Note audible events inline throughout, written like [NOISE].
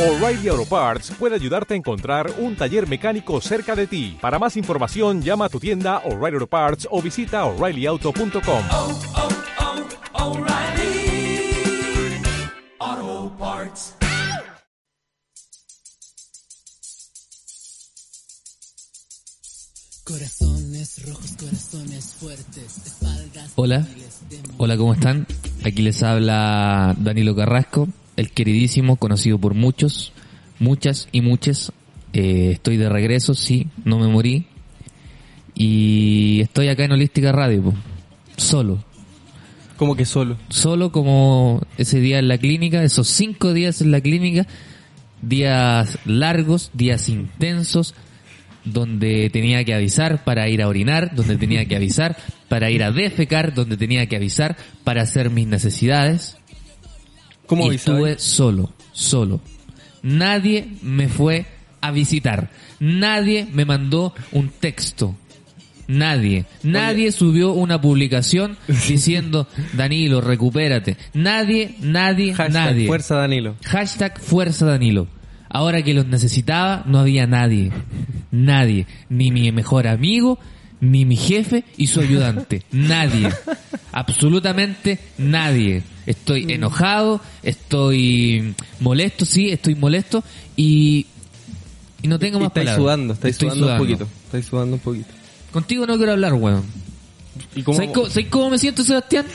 O'Reilly Auto Parts puede ayudarte a encontrar un taller mecánico cerca de ti. Para más información, llama a tu tienda O'Reilly Auto Parts o visita oreillyauto.com. oh, oh, O'Reilly Auto Parts. Corazones rojos, corazones fuertes, espaldas. Hola, hola, ¿cómo están? Aquí les habla Danilo Carrasco, el queridísimo, conocido por muchos, muchas y muchas. Eh, estoy de regreso, sí, no me morí. Y estoy acá en Holística Radio, po, solo. Como que solo. Solo como ese día en la clínica, esos cinco días en la clínica, días largos, días intensos, donde tenía que avisar para ir a orinar, donde tenía que avisar para ir a defecar, donde tenía que avisar para hacer mis necesidades. ¿Cómo y avisaba? estuve solo, solo. Nadie me fue a visitar. Nadie me mandó un texto. Nadie. Nadie subió una [LAUGHS] publicación diciendo, Danilo, recupérate. Nadie, nadie, Hashtag nadie. fuerza Danilo. Hashtag fuerza Danilo. Ahora que los necesitaba, no había nadie. Nadie. Ni mi mejor amigo, ni mi jefe y su ayudante. Nadie. Absolutamente nadie. Estoy enojado, estoy molesto, sí, estoy molesto y, y no tengo Y más estáis palabras. sudando, estáis Estoy sudando, sudando. un poquito. Estáis sudando un poquito. Contigo no quiero hablar, weón. ¿Y cómo- ¿Sabes cómo, sabes cómo me siento, Sebastián?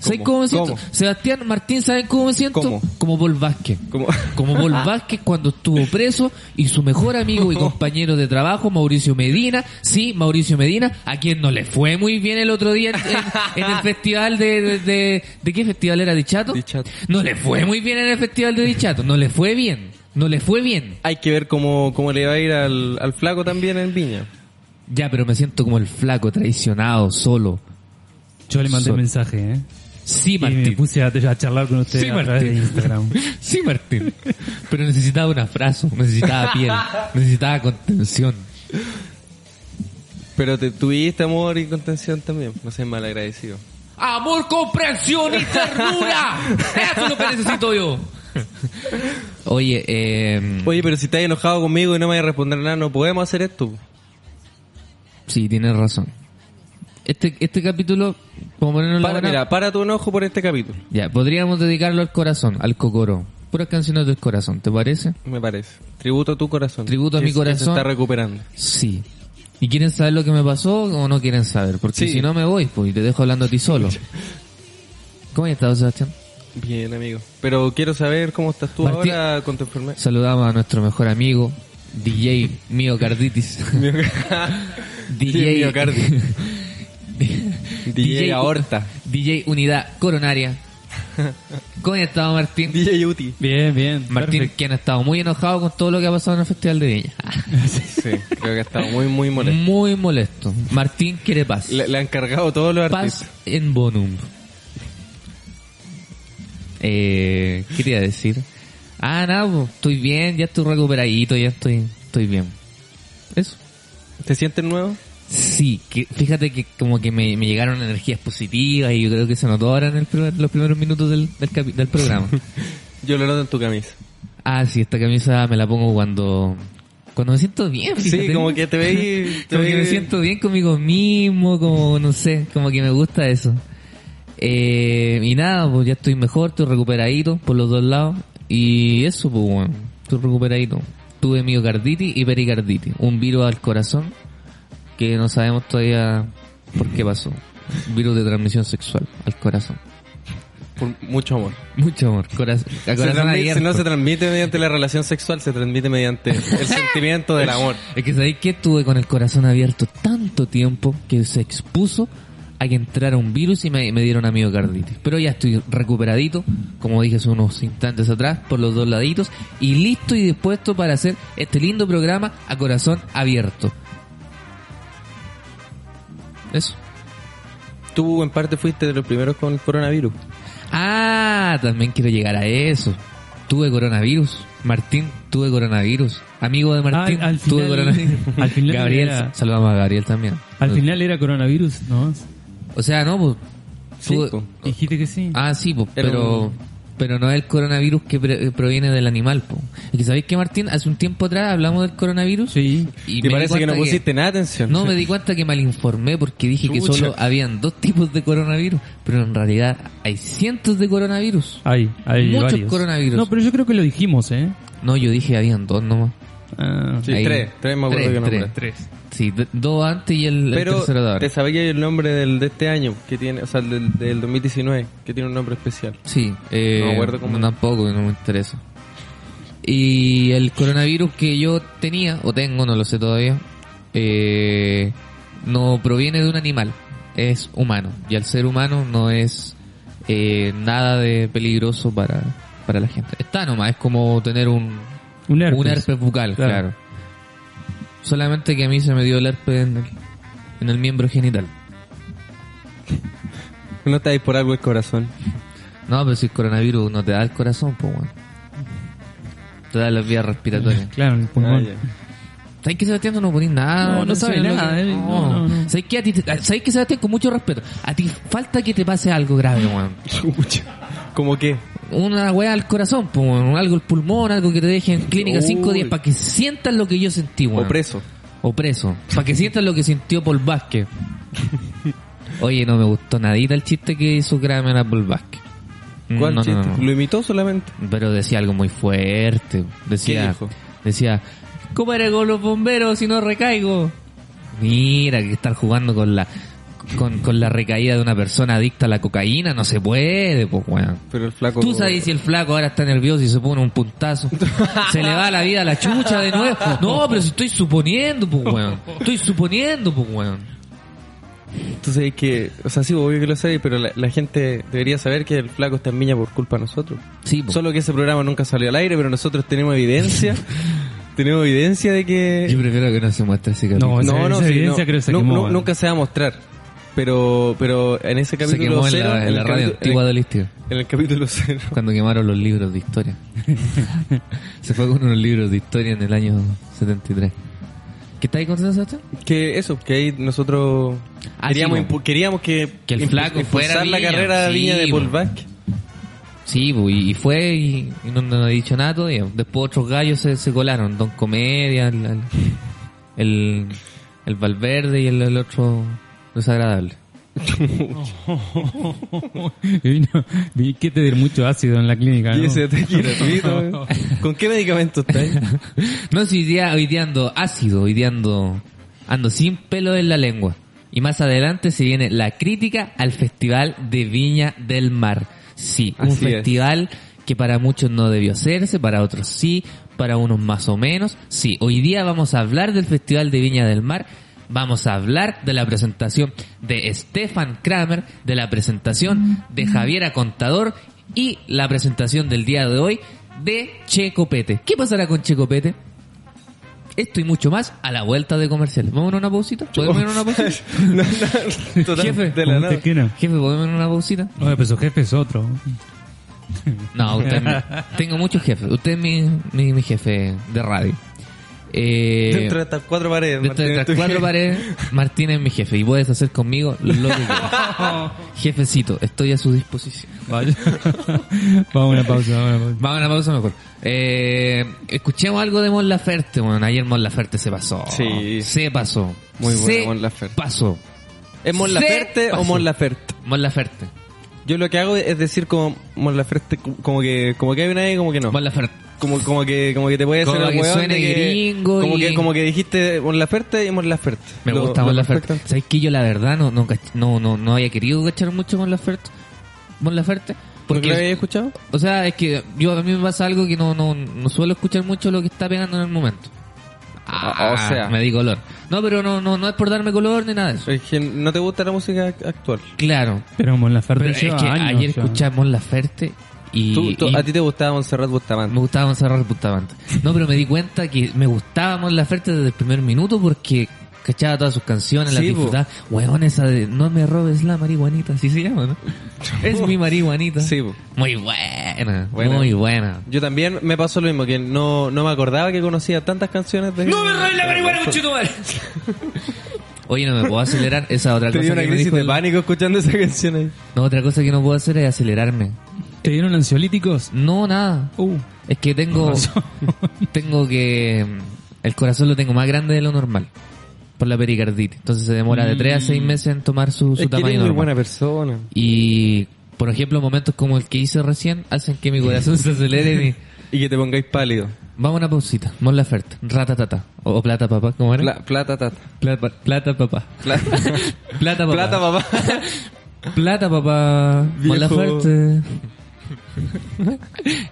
¿Sabes cómo, me siento? ¿Cómo? Sebastián Martín, ¿sabes cómo me siento? ¿Cómo? Como Paul Vázquez. ¿Cómo? [LAUGHS] Como Paul Vázquez cuando estuvo preso y su mejor [LAUGHS] amigo y compañero de trabajo, Mauricio Medina. Sí, Mauricio Medina, a quien no le fue muy bien el otro día en, en- en el festival de, de, de- ¿de qué festival era? ¿De Chato? De Chato. No le fue muy bien en el festival de Dichato. No le fue bien. No le fue bien. Hay que ver cómo, cómo le va a ir al, al flaco también en Viña. Ya, pero me siento como el flaco, traicionado, solo. Yo le mandé Sol- un mensaje, ¿eh? Sí, Y me Martín. puse a, a charlar con ustedes Sí, a través de Martín. [LAUGHS] Instagram. Sí, Martín. Pero necesitaba un abrazo, necesitaba piel, necesitaba contención. Pero te tuviste amor y contención también. No seas mal agradecido. Amor, comprensión y ternura. Eso es lo que necesito yo. Oye, eh, Oye, pero si estás enojado conmigo y no me vas a responder nada, no podemos hacer esto. sí, tienes razón. Este, este capítulo, como ponernos la Para, hora- mira, para tu enojo por este capítulo, ya, podríamos dedicarlo al corazón, al cocoro. Puras canciones del corazón, ¿te parece? me parece. Tributo a tu corazón. Tributo a mi Que se- que corazón. Se está recuperando. Sí. ¿Y quieren saber lo que me pasó o no quieren saber? Porque Sí. si no me voy, pues, y te dejo hablando a ti [LAUGHS] solo. ¿Cómo has estado, Sebastián? Bien, amigo. Pero quiero saber cómo estás tú Martín- ahora con [LAUGHS] tu enfermedad. Saludamos a nuestro mejor amigo, DJ [LAUGHS] Miocarditis. [LAUGHS] Sí, miocardio. DJ Aorta. DJ Unidad Coronaria. ¿Cómo has estado, Martín? DJ Uti. Bien, bien. Martín, perfecto. quien ha estado muy enojado con todo lo que ha pasado en el Festival de Viña. Sí, creo que ha estado muy, muy molesto. muy molesto. Martín quiere paz. Le, le han cargado todos los Paz artistas. en Bonum. Eh, ¿Qué te iba a decir? Ah, nada, po, estoy bien, ya estoy recuperadito, ya estoy, estoy bien. Eso. ¿Te sientes nuevo? Sí, que, fíjate que como que me, me llegaron energías positivas y yo creo que se notó ahora en el primer- los primeros minutos del, del, capi- del programa. [LAUGHS] Yo lo noto en tu camisa. ah, sí, esta camisa me la pongo cuando, cuando me siento bien, fíjate. Sí, como que te veis... te Como que me veis- siento bien conmigo mismo, como no sé, como que me gusta eso. Eh, y nada, pues ya estoy mejor, estoy recuperadito por los dos lados. Y eso, pues bueno, estoy recuperadito. Tuve miocarditis y pericarditis, un virus al corazón que no sabemos todavía por qué pasó. Virus de transmisión sexual al corazón. Por mucho amor. Mucho amor, corazón, a Se corazón transmite- abierto. no se transmite mediante la relación sexual, se transmite [LAUGHS] mediante el sentimiento del amor. Es que sabéis que estuve con el corazón abierto tanto tiempo que se expuso a que entrara un virus y me, me dieron a miocarditis. Pero ya estoy recuperadito, como dije hace unos instantes atrás, por los dos laditos y listo y dispuesto para hacer este lindo programa a corazón abierto. Eso. Tú en parte fuiste de los primeros con el coronavirus. Ah, también quiero llegar a eso. Tuve coronavirus. Martín, tuve coronavirus. Amigo de Martín, Ah, al tuve final- coronavirus. [LAUGHS] al final Gabriel, era- saludamos a Gabriel también. Al final era coronavirus, ¿no? O sea, no, pues. Sí, tuve- po. Dijiste que sí. Ah, sí, pues, Era pero. un- Pero no es el coronavirus que pre- proviene del animal, pues. Es que sabéis que Martín, hace un tiempo atrás hablamos del coronavirus. Sí. Y me ¿Te di parece que no cuenta pusiste nada de atención? No, me di cuenta que malinformé porque dije que Chucha. solo habían dos tipos de coronavirus, pero en realidad hay cientos de coronavirus. Ah. Hay, hay Muchos varios. coronavirus. No, pero yo creo que lo dijimos, ¿eh? No, yo dije habían dos nomás. Ah, Sí, Ahí. tres. Tres me acuerdo Tres, que nombraste. tres. Tres. Sí, d- dos antes y el, el Pero tercero de ahora. te sabía el nombre del, de este año, que tiene, o sea, el del, del 2019, que tiene un nombre especial. Sí, eh, No me acuerdo cómo no, era. tampoco, no me interesa. Y el coronavirus que yo tenía, o tengo, no lo sé todavía, eh, no proviene de un animal, es humano. Y al ser humano no es eh, nada de peligroso para, para la gente. Está nomás, es como tener un, Un herpes. un herpes bucal, claro. Claro. Solamente que a mí se me dio el herpes en el, en el miembro genital. No estáis por algo el corazón. [LAUGHS] No, pero si el coronavirus no te da el corazón, pues bueno. Te da las vías respiratorias. [LAUGHS] Claro, el pulmón. Ah, ¿Sabes que Sebastián tú no ponís nada? No, no sabe sabes nada, lo que- eh. No, no, no. ¿Sabes que, a ti te- ¿Sabes que Sebastián, con mucho respeto, a ti falta que te pase algo grave, weón? ya. Chucha. ¿Cómo qué? Una weá al corazón, pues, weón. Algo al pulmón, algo que te deje en clínica Uy. 5 días para que sientas lo que yo sentí, weón. O preso. O preso. Para que sientas lo que sintió Paul Vázquez. [LAUGHS] Oye, no me gustó nadita el chiste que hizo Kramer a Paul Vázquez. ¿Cuál Mm, No, no, chiste? no, no. Lo imitó solamente. Pero decía algo muy fuerte. Decía, ¿Qué dijo? decía, ¿cómo eres con los bomberos si no recaigo? Mira, que estar jugando con la con, con la recaída de una persona adicta a la cocaína no se puede, pues weón. Pero el flaco. Tú sabes si el flaco ahora está nervioso y se pone un [LAUGHS] puntazo. Se le va la vida a la chucha de nuevo. No, pero si estoy suponiendo, pues weón. Estoy suponiendo, pues weón. Tú sabes que. O sea, sí, obvio que lo sabes, pero la, la gente debería saber que el flaco está en miña por culpa de nosotros. Sí, pues. Solo que ese programa nunca salió al aire, pero nosotros [LAUGHS] tenemos evidencia. tenemos evidencia de que. Yo prefiero que no se muestre ese capítulo. No, esa- esa evidencia creo que se Nu- quemó, nu- bueno. Nunca se va a mostrar. Pero, pero en ese se capítulo quemó en cero, la, en la el radio capítulo- antigua en de Listia. el- en el capítulo [LAUGHS] cero. cuando quemaron los libros de [LAUGHS] historia. Se fue con unos libros de historia en el año 73. ¿Qué está ahí con Sebastián? Que eso, que ahí nosotros Ah, queríamos, sí, po. impu- queríamos que, Que el impu- flaco impulsar fuera la Viña, carrera de sí, Viña de po. Paul Vázquez. Sí, pues, y y fue y, y no, no ha dicho nada todavía. Después otros gallos se, se colaron, Don Comedia, el, el, el- el Valverde y el, el otro desagradable. [LAUGHS] [LAUGHS] Y vino- vi que te dieron mucho ácido en la clínica, ¿no? Y ese ataque gratuito, [LAUGHS] eh. ¿Con qué medicamento está ahí? No, si hoy día, hoy día ando ácido, hoy día ando, ando sin pelo en la lengua. Y más adelante se viene la crítica al Festival de Viña del Mar. Sí, un Así es. festival que para muchos no debió hacerse, para otros sí, para unos más o menos. Sí, hoy día vamos a hablar del Festival de Viña del Mar. Vamos a hablar de la presentación de Stefan Kramer, de la presentación de Javiera Contador y la presentación del día de hoy de Checopete. ¿Qué pasará con Checopete? Esto y mucho más a la vuelta de comerciales. ¿Vamos a una pausita? ¿Podemos ir a una [LAUGHS] pausita? No, no, total, Jefe, de la Como nada. te quiera. Jefe, ¿podemos ir a una pausita? Oye, pero su jefe es otro. No, usted, [LAUGHS] tengo muchos jefes. Usted es mi, mi, mi jefe de radio. Eh, Dentro de estas cuatro paredes. dentro de Martín, estas tú- cuatro paredes, Martín es mi jefe y puedes hacer conmigo lo que [LAUGHS] quieras. Jefecito, estoy a su disposición. Vaya. [LAUGHS] vamos a una pausa, vamos a una pausa. Vamos a una pausa mejor. Eh, escuchemos algo de Mon Laferte, bueno, ayer Mon Laferte se pasó. Sí. Se pasó. Muy buena se Mon Laferte. pasó. ¿Es Mon Laferte Se o pasó. Mon Laferte? Mon Laferte. Yo lo que hago es decir como Mon Laferte, como que, como que hay una E y como que no. Mon Laferte. Como, como que, como que te puede hacer Como el que hueón suene de gringo como y- que, como que dijiste Mon Laferte y Mon Laferte. Me Lo- gusta lo Mon Laferte. perfecto. ¿Sabes que yo la verdad no, no, cach- no, no, no había querido cachar mucho Mon Laferte? Mon Laferte. ¿Por qué Porque, lo habéis escuchado? o sea, es que yo a mí me pasa algo que no, no, no suelo escuchar mucho lo que está pegando en el momento. Ah, o sea. Me di color. No, pero no, no, no es por darme color ni nada de eso. Es que no te gusta la música actual. Claro. Pero Mon Laferte Pero es que lleva años ayer ya. escuchamos La Ferte y, Tú- tú- y a ti te gustaba Montserrat me Bustamante. gustaba Monserrat Bustamante. No, pero me di cuenta que me gustaba Mon Laferte desde el primer minuto porque cachaba todas sus canciones, las Sí, po. disfrutaba. Weón, esa de No me robes la marihuanita, así se llama, ¿no? [LAUGHS] es mi marihuanita. Sí, po. Muy buena, Buena. muy buena. Yo también me pasó lo mismo, que no, no me acordaba que conocía tantas canciones de... ¡No me robes la marihuana, conchetumare! Oye, no me puedo acelerar. Esa [LAUGHS] otra Te cosa dio una que me crisis dijo de el- pánico escuchando esa canción ahí. No, otra cosa que no puedo hacer es acelerarme. ¿Te dieron ansiolíticos? No, nada. Uh, Es que tengo. [LAUGHS] tengo que. El corazón lo tengo más grande de lo normal. Por la pericarditis. Entonces se demora de 3 a 6 meses en tomar su, su Mm. es que tamaño eres muy normal. buena persona. Y, por ejemplo, momentos como el que hice recién hacen que mi corazón se [LAUGHS] acelere. Y... Y que te pongáis pálido. Vamos a una pausita. Mon Laferte. Ratatata. O, o plata papá. ¿Cómo era? Pla- plata, tata. [LAUGHS] plata, plata papá. Pla- Plata papá. plata, papá. [LAUGHS] Plata, papá. Mon Viejo. [LAUGHS] Laferte.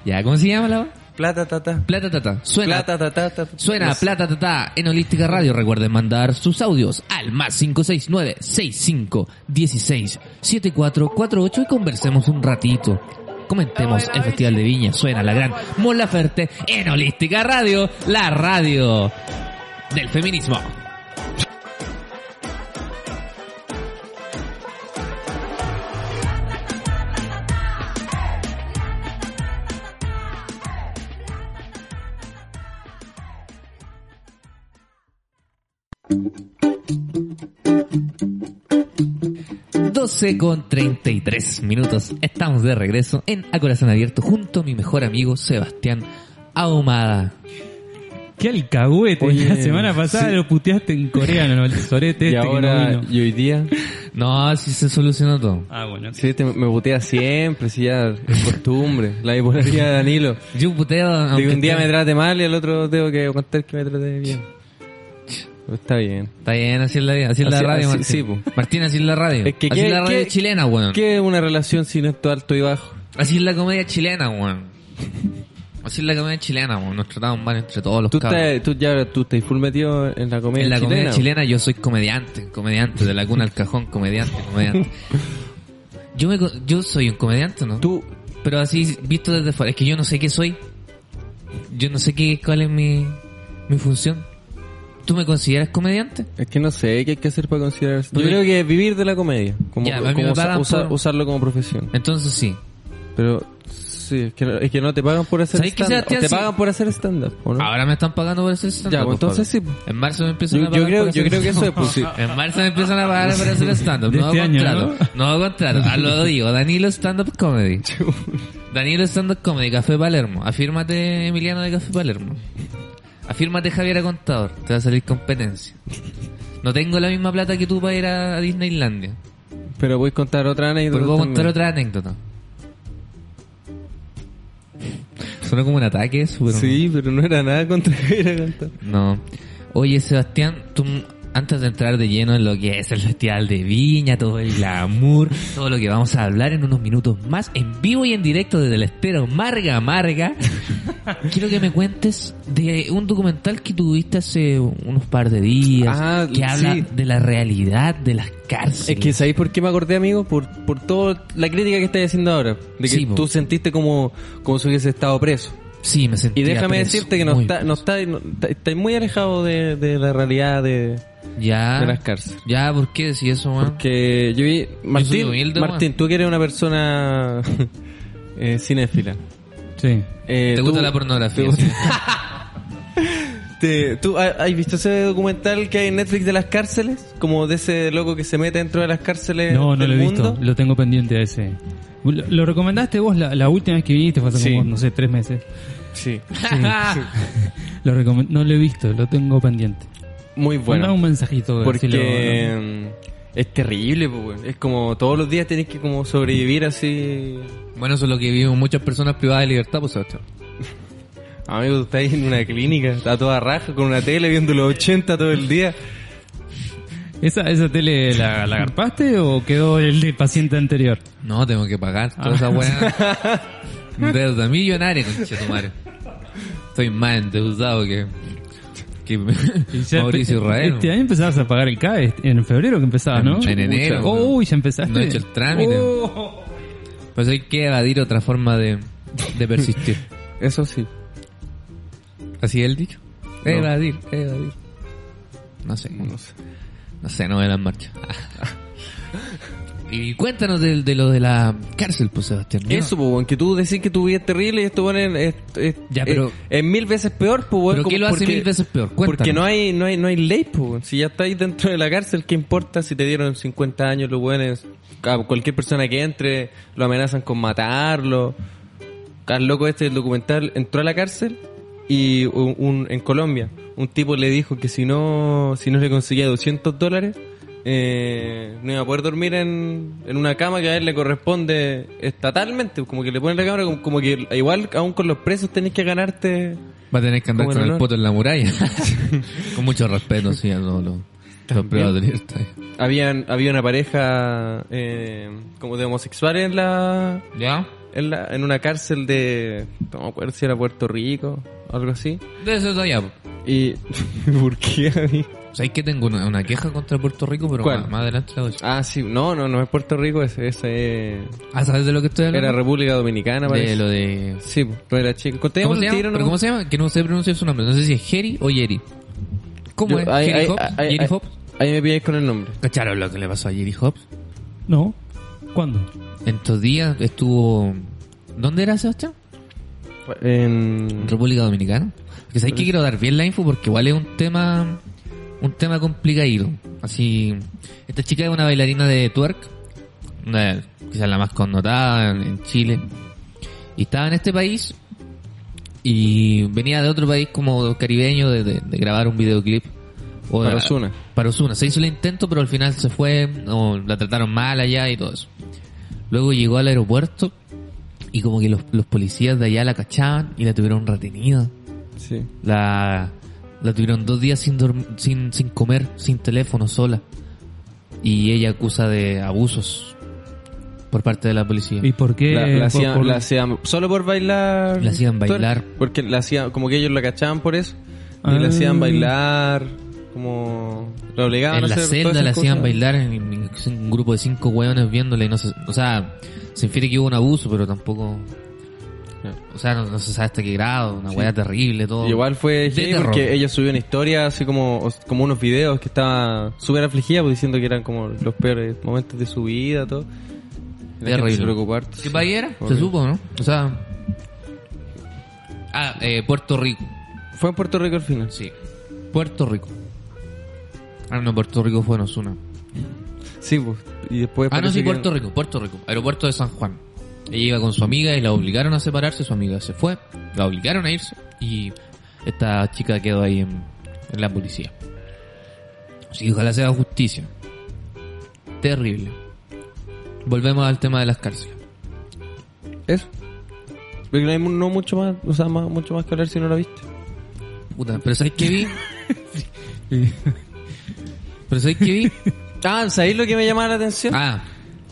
ya, ¿cómo se llama la plata, tata. Plata tata. Suena. Plata, tata, tata. Suena Plata Tata en Holística Radio. Recuerden mandar sus audios al más 569-6516-7448 y conversemos un ratito. Comentemos el Festival de Viña. Suena la gran Mola Ferte en Holística Radio, la radio del feminismo. ...12 con 33 minutos. Estamos de regreso en A Corazón Abierto junto a mi mejor amigo Sebastián Ahumada. [LAUGHS] Qué alcahuete. Oye, la semana pasada sí. lo puteaste en coreano, ¿no? el sorete Y este que no ahora, vino. y hoy día, No, si se solucionó todo. Ah, bueno. sí, te- me botea siempre, si ya es costumbre. La bipolaridad de Danilo. Yo puteo... Digo, Ah, aunque un día esté- me trate mal y al otro tengo que contar que me trate bien. Pero está bien. Está bien, así es la, así es la Así- radio, así- Martín. sí, po. Martín, así es la radio. Es que así qué- es la radio qué- chilena, weón. ¿Qué es una relación si no es todo alto y bajo? Así es la comedia chilena, weón. Así es la comedia chilena, weón. Nos tratamos mal entre todos los Tú, cabros. estás, tú ya tú estás full metido en la comedia En la chilena. comedia chilena yo soy comediante, comediante, de la cuna al cajón, comediante, comediante. Yo, me, co- yo soy un comediante, ¿no? Tú, Pero así, visto desde fuera, es que yo no sé qué soy. Yo no sé qué, cuál es mi, mi función. ¿Tú me consideras comediante? es que no sé qué hay que hacer para considerarse. Yo Porque- creo que vivir de la comedia. Como, Ya, a mí como me usa- pagan usar- por- usarlo como profesión. Entonces sí. Pero sí, es que, no- es que no te pagan por hacer ¿Sabes qué, stand-up. Sebastián? Te Sí. pagan por hacer stand-up, ¿o no? Ahora me están pagando por hacer stand-up. Ya, pues, por entonces favor. sí, En marzo me empiezan yo, a yo pagar creo, por yo hacer creo que eso es pues, stand-up. posible. En marzo me empiezan a pagar por hacer stand-up. De Nuevo este año, contrato. Nuevo contrato. A lo digo. Danilo Stand-up Comedy. Danilo Stand-up Comedy. Café Palermo. Afírmate, Emiliano de Café Palermo. Afírmate, Javier Contador. Te va a salir competencia. No tengo la misma plata que tú para ir a Disneylandia. [LAUGHS] Pero voy a contar otra anécdota. Pero puedo también. contar otra anécdota. Suena como un ataque eso, pero Sí, pero no era nada contra [LAUGHS] era contra- No. Oye, Sebastián, tú antes de entrar de lleno en lo que es el Festival de Viña, todo el glamour, todo lo que vamos a hablar en unos minutos más, en vivo y en directo desde el estero Marga [LAUGHS] Marga, quiero que me cuentes de un documental que tuviste hace unos par de días, Ah, que habla sí. de la realidad de las cárceles. Es que ¿sabéis por qué me acordé, amigo? Por, por toda la crítica que estás haciendo ahora. De que Sí, po. tú sentiste como, como si hubiese estado preso. sí, me sentí Y déjame preso, decirte que no muy está, no está, no- está- estás muy alejado de, de la realidad de, Ya. de las cárceles. Ya, ¿por qué decís eso, weón? Porque yo vi, soy Martín, humilde, Martín, weón. tú que eres una persona [LAUGHS] eh, cinéfila. Sí. Eh, Te tú- gusta la pornografía. te gusta- sí. [LAUGHS] Te- ¿Tú ha- has visto ese documental que hay en Netflix de las cárceles? Como de ese loco que se mete dentro de las cárceles No, no del lo he mundo. visto. Lo tengo pendiente a ese. Lo, lo recomendaste vos la, la última vez que viniste, fue hace Sí. como, no sé, tres meses. Sí. Lo recome- no lo he visto, lo tengo pendiente. Muy Manda un bueno. mensajito. a ver si lo- Porque mm, es terrible, po, weón. es como todos los días tenés que como sobrevivir así. Bueno, eso es lo que viven muchas personas privadas de libertad, pues Sebastián. Amigo, tú estás ahí en una clínica, a toda raja, con una tele viendo los 80 todo el día. ¿Esa, ¿Esa tele la, la garpaste o quedó el de paciente anterior? No, tengo que pagar toda esa weá. Ah. Deuda millonaria, conchetumare. Estoy más endeudado que, que Y ya Mauricio empe- Israel. Este año empezabas a pagar el CAE, en febrero que empezaba, ¿no? En enero. Oh, uy, ya empezaste. No he hecho el trámite. Oh. Pues hay que evadir otra forma de, de [LAUGHS] persistir. Eso sí. ¿Así es el dicho? No. Evadir, evadir. No sé. No sé. No sé, no me las marcha. [LAUGHS] y cuéntanos de, de lo de la cárcel, pues Sebastián. Yo no- Eso, pues, weón, que tú decís que tu vida es terrible y esto, bueno, es, es- Ya, pero- es, es mil veces peor, pues, weón, ¿Pero como qué lo hace porque- mil veces peor? Cuéntanos. Porque no hay, no hay, no hay ley, pues, weón. Si ya estáis dentro de la cárcel, ¿qué importa si te dieron 50 años los buenos? A cualquier persona que entre, lo amenazan con matarlo. al loco este del documental entró a la cárcel y un, un- en Colombia un tipo le dijo que si no si no le conseguía 200 dólares eh, no iba a poder dormir en, en una cama que a él le corresponde estatalmente como que le ponen la cámara como, como que igual aún con los presos tenés que ganarte Va a tener que andar Como con el el olor. poto en la muralla. [LAUGHS] Con mucho respeto, sí, a los, los, los presos del Irtai. habían había una pareja eh, como de homosexuales en la ¿Ya? en, la, en una cárcel de no me acuerdo si era Puerto Rico algo así De eso es allá. y [LAUGHS] ¿por qué a mí? ¿Sabes que tengo una, una queja contra Puerto Rico? Pero ¿Cuál? Más, más adelante la voy a decir. Ah, sí, no, no, no es Puerto Rico, ese, ese Ah, ¿sabes de lo que estoy era hablando? República Dominicana, parece. de lo de... Sí, pues, lo de la chica. Contemos ¿Cómo el se llama? tiro, ¿Pero ¿no? cómo se llama? Que no sé pronunciar su nombre. No sé si es Jerry o Jerry. ¿Cómo Yo- es? ahí- ¿Jerry ahí- Hop? ahí- ¿Jerry ahí- Hop? Ahí me pilláis con el nombre. ¿Cacharon lo que le pasó a Jerry Hop? No. ¿Cuándo? En estos días estuvo... ¿Dónde era Sebastián? En... República Dominicana. Porque sabéis que quiero dar bien la info porque igual es un tema un tema complicado. Así, esta chica es una bailarina de twerk, una- quizás la más connotada en, en Chile. Y estaba en este país y venía de otro país como caribeño de, de- de grabar un videoclip. O Para Ozuna. Para Ozuna. Se hizo el intento, pero al final se fue, o la trataron mal allá y todo eso. Luego llegó al aeropuerto y como que los, los policías de allá la cachaban y la tuvieron retenida. Sí. La, la tuvieron dos días sin, dorm- sin, sin comer, sin teléfono, sola. Y ella acusa de abusos por parte de la policía. ¿Y por qué? La, la Por- hacían, por- la hacían- solo por bailar. Eh, La hacían bailar. Porque la hacían, como que ellos la cachaban por eso. Y Ah. la hacían bailar, como... La obligaban en a la hacer todas celda esas la hacían cosas. bailar en, en- en un grupo de cinco hueones viéndola y no se, o sea, se infiere que hubo un abuso, pero tampoco, Claro. o sea, no, no se sabe hasta qué grado, una hueá terrible, todo. Y igual fue De heavy terror. porque ella subió una historia, así como, os- como unos videos que estaba súper afligida, pues, diciendo que eran como los peores momentos de su vida, todo. Y la gente Terrible. se preocupó harto, ¿Qué sí. país era? Se Horrible. supo, ¿no? O sea, ah, eh, Puerto Rico. Fue en Puerto Rico al final. Sí. Puerto Rico. Ah, no, Puerto Rico fue en Osuna. Sí, pues. Y después. Ah, no, parece sí, que- Puerto Rico, Puerto Rico. Aeropuerto de San Juan. Ella iba con su amiga y la obligaron a separarse, su amiga se fue, la obligaron a irse y esta chica quedó ahí en, en la policía. Así que ojalá sea justicia. Terrible. Volvemos al tema de las cárceles. Eso. Porque no hay mu- no mucho más, o sea, más- mucho más que hablar si no la viste. Puta, pero ¿sabes qué [LAUGHS] vi? ¿Pero sabes qué vi? [LAUGHS] Ah, ¿sabéis lo que me llamaba la atención? Ah,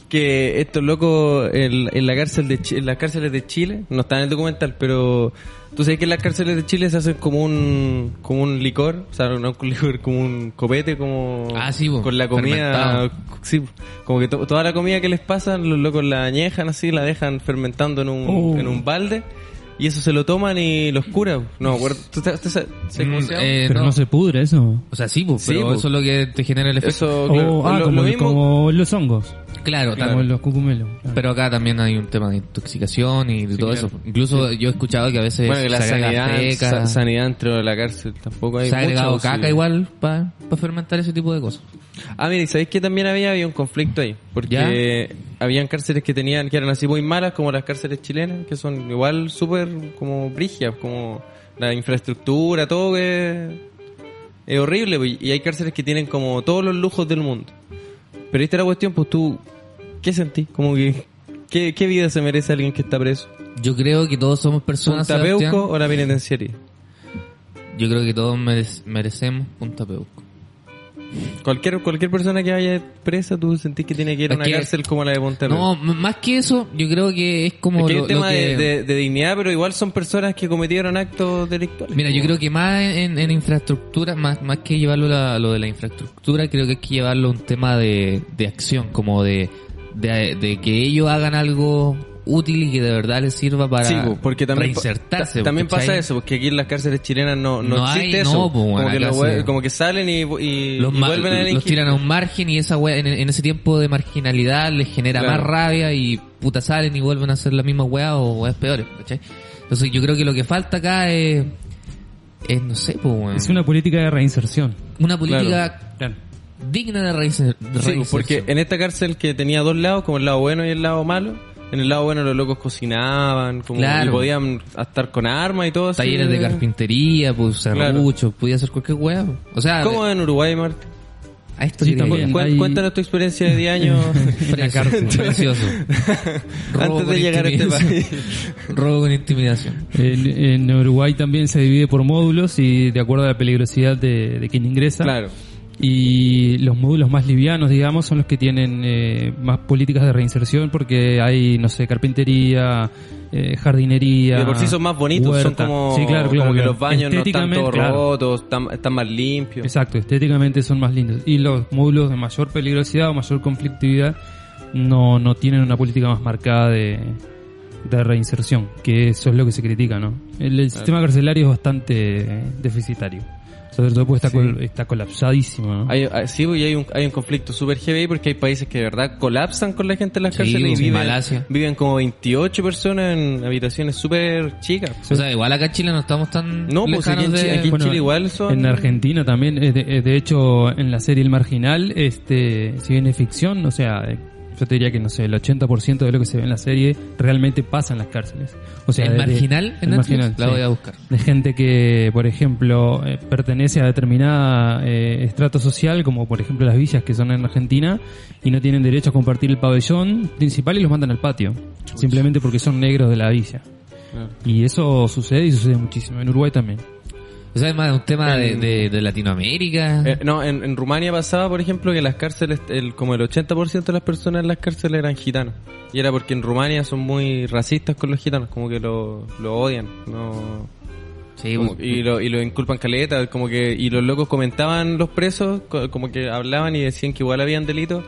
que estos locos en, en la cárcel de Chi- en las cárceles de Chile, no está en el documental, pero tú sabes que en las cárceles de Chile se hacen como un como un licor, o sea, no un licor, como un copete como Ah, sí, po, con la comida, fermentado. sí, po, como que to- toda la comida que les pasan los locos la añejan así, la dejan fermentando en un Oh. en un balde y eso se lo toman y los cura. No, me acuerdo, ¿tú, te- te- sabes cómo se mm, llama? eh, Pero no. no. se pudre eso. O sea, sí, pues, Sí, pero pues. eso es lo que te genera el efecto. Eso Oh, ah, lo- como, lo mismo como los hongos. Claro, Como también. los cucumelos. claro. Pero acá también hay un tema de intoxicación y de todo claro. eso. Incluso yo he escuchado que a veces bueno, que la se agrega sanidad, feca, sa- sanidad dentro de la cárcel tampoco hay se ha agregado mucho, sí. caca igual para fermentar ese tipo de cosas. Ah, mira, y sabéis que también había, había un conflicto ahí, porque habían cárceles que tenían que eran así muy malas como las cárceles chilenas, que son igual súper como brigias, como la infraestructura, todo es, es horrible, pues, y hay cárceles que tienen como todos los lujos del mundo. Pero esta era la cuestión, pues tú, ¿qué sentís? Como que, ¿qué, qué vida se merece alguien que está preso? Yo creo que todos somos personas, ¿Punta Sebastián. Peuco o la penitenciaría? Yo creo que todos merec- merecemos un tapeuco. Cualquier, cualquier persona que vaya presa, tú sentís que tiene que ir a Es una que- cárcel como la de Punta Peuco. No, m- más que eso, yo creo que es como Es que hay lo- un lo tema de- que- De, de dignidad, pero igual son personas que cometieron actos delictuales. Mira, yo creo que más en, en infraestructura, más, más que llevarlo a lo de la infraestructura, creo que hay que llevarlo a un tema de, de acción, como de, de, de que ellos hagan algo útil y que de verdad les sirva para Sí, po, porque también reinsertarse. ta- también ¿cachai? pasa eso, porque aquí en las cárceles chilenas no, no, No existe hay, eso. no, po, como, bueno, que acá los hue- sí. como que salen y, y- Los, y ma- vuelven a los delinquir. tiran a un margen y esa wea, en, en ese tiempo de marginalidad les genera Claro. más rabia y puta salen y vuelven a hacer la misma wea o weas peores, ¿cachai? Entonces yo creo que lo que falta acá es, es no sé, po, weón, Es una política de reinserción. una política Claro. digna de reinser- de Sí, pues, reinserción. porque en esta cárcel que tenía dos lados, como el lado bueno y el lado malo, En el lado bueno los locos cocinaban, como Claro. y podían estar con armas y todo así. Talleres de carpintería, pues Claro. serruchos, podía hacer cualquier hueá. po. O sea, ¿Cómo es en Uruguay, Mart? a esto Sí, quería tampoco- llegar. Cuen- Ahí- Cuéntanos tu experiencia de 10 [LAUGHS] años En la cárcel, [LAUGHS] precioso. Robo antes con de llegar a este intimidación. país. [LAUGHS] Robo con intimidación. En, en Uruguay también se divide por módulos y de acuerdo a la peligrosidad de, de quien ingresa. Claro. Y los módulos más livianos, digamos, son los que tienen eh, más políticas de reinserción porque hay, no sé, carpintería, eh, jardinería. De por sí son más bonitos, son huerta. como, Sí, claro, claro, como que claro. los baños no están Estéticamente, todos claro. rotos, están, están más limpios. Exacto, estéticamente son más lindos. Y los módulos de mayor peligrosidad o mayor conflictividad no, no tienen una política más marcada de, de reinserción, que eso es lo que se critica, ¿no? El, el sistema carcelario es bastante eh, deficitario. Sobre todo porque está, col- está colapsadísimo, ¿no? Hay, hay- sí, pues, y hay un, hay un conflicto súper heavy porque hay países que de verdad colapsan con la gente en las Sí, cárceles pues, y en viven, Malasia. viven como 28 personas en habitaciones súper chicas. O sea, igual acá en Chile no estamos tan No, pues aquí lejanos en, Chi- de... aquí en Bueno, Chile igual son... En Argentina también, eh, de, eh, de hecho, en la serie El Marginal, este, si bien es ficción, o sea, eh, yo te diría que no sé, el 80% de lo que se ve en la serie realmente pasa en las cárceles. O sea, ¿El de- de- Marginal en Netflix? La voy a buscar. De gente que, por ejemplo, eh, pertenece a determinada eh, estrato social, como por ejemplo las villas que son en Argentina, y no tienen derecho a compartir el pabellón principal y los mandan al patio, simplemente porque son negros de la villa. Ah. Y eso sucede y sucede muchísimo. En Uruguay también. O sea, es más un tema de, de- de Latinoamérica. Eh, no, en, en Rumania pasaba, por ejemplo, que las cárceles, el, como el 80% de las personas en las cárceles eran gitanos. Y era porque en Rumania son muy racistas con los gitanos, como que lo, lo odian. No, sí, como- pues, y, lo, y lo inculpan caleta, como que, y los locos comentaban los presos, co- como que hablaban y decían que igual habían delitos,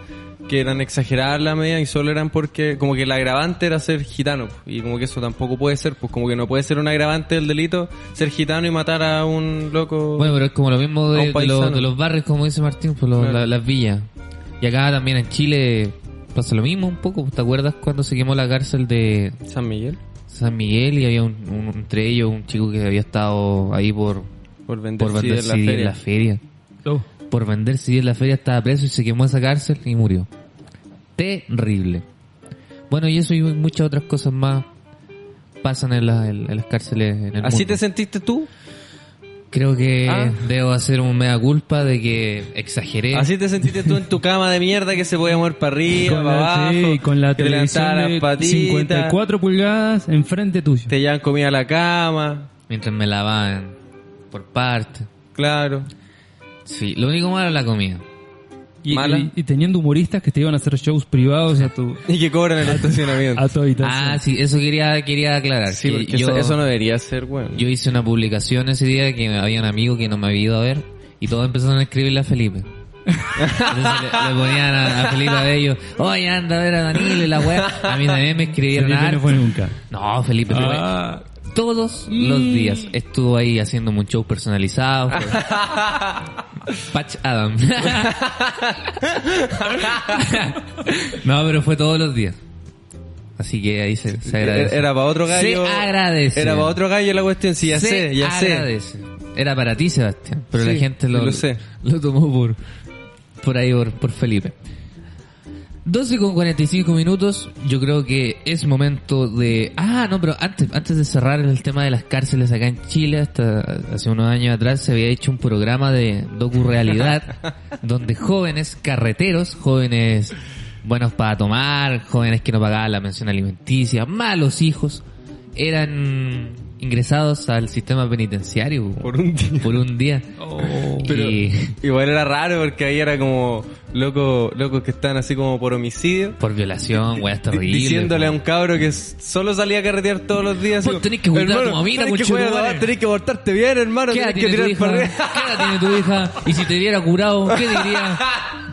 que eran exageradas la media y solo eran porque, como que el agravante era ser gitano, y como que eso tampoco puede ser, pues como que no puede ser un agravante del delito ser gitano y matar a un loco. Bueno, pero es como lo mismo de, A un de los, paisano. de los barrios, como dice Martín, pues los- Claro. la- las villas. Y acá también en Chile pasa lo mismo un poco. pues, ¿Te acuerdas cuando se quemó la cárcel de San Miguel, San Miguel y había un, un- entre ellos un chico que había estado ahí por, por vender, por vender CD en la CD en feria. la feria? Por vender CD en la feria estaba preso y se quemó esa cárcel y murió. Terrible. Bueno, y eso y muchas otras cosas más pasan en, la- en- en las cárceles en el ¿Así mundo. te sentiste tú? Creo que Ah. debo hacer un mea culpa de que exageré. ¿Así te sentiste tú en tu cama de mierda que se podía mover para arriba, con para la, abajo? sí, con la que te televisión levantaban de las patitas, 54 pulgadas enfrente tuyo. te llevan comida a la cama, Mientras me lavaban por parte. claro. Sí, lo único malo es la comida. Y, Mala. y- y teniendo humoristas que te iban a hacer shows privados a tu, Y que cobran el estacionamiento. a tu habitación. Ah, sí, eso quería, quería aclarar. Sí, que porque yo, eso, eso no debería ser, weón. yo hice una publicación ese día que había un amigo que no me había ido a ver y todos empezaron a escribirle a Felipe. Entonces le, le ponían a, a Felipe a ellos, oye, anda a ver a Danilo y la weá. A mí también me escribieron Felipe no harto. fue nunca. No, Felipe fue Ah. todos los Mm. días. Estuvo ahí haciendo un show personalizado. [LAUGHS] fue- Patch Adam. [LAUGHS] no, pero fue todos los días. Así que ahí se, se agradece. E-, Era para otro gallo. Se agradece. Era para otro gallo la cuestión, sí, ya Se sé, ya sé. agradece. Era para ti, Sebastián. Pero Sí, la gente lo, lo sé. lo tomó por, por ahí, por, por Felipe. 12 con 45 minutos, yo creo que es momento de... Ah, no, pero antes, antes de cerrar el tema de las cárceles acá en Chile, hasta hace unos años atrás se había hecho un programa de docu-realidad [LAUGHS] donde jóvenes carreteros, jóvenes buenos para tomar, jóvenes que no pagaban la mención alimenticia, malos hijos, eran ingresados al sistema penitenciario Por un día. por un día. Oh. [LAUGHS] Pero Y igual era raro porque ahí era como loco, locos que están así como por homicidio. por violación, weas Di- terribles. Diciéndole a un cabro que s- solo salía a carretear todos los días. Vos así, tenés que cuidar a tu "Hermano, mamita, tenés que conchetumare". cuidar a tu mamá, tenés que portarte bien, hermano. eh". ¿Qué edad Tenés que tiene tu eh? tirar hija? [LAUGHS] para arriba. ¿Qué edad tiene tu hija? Y si te viera curado, ¿qué diría?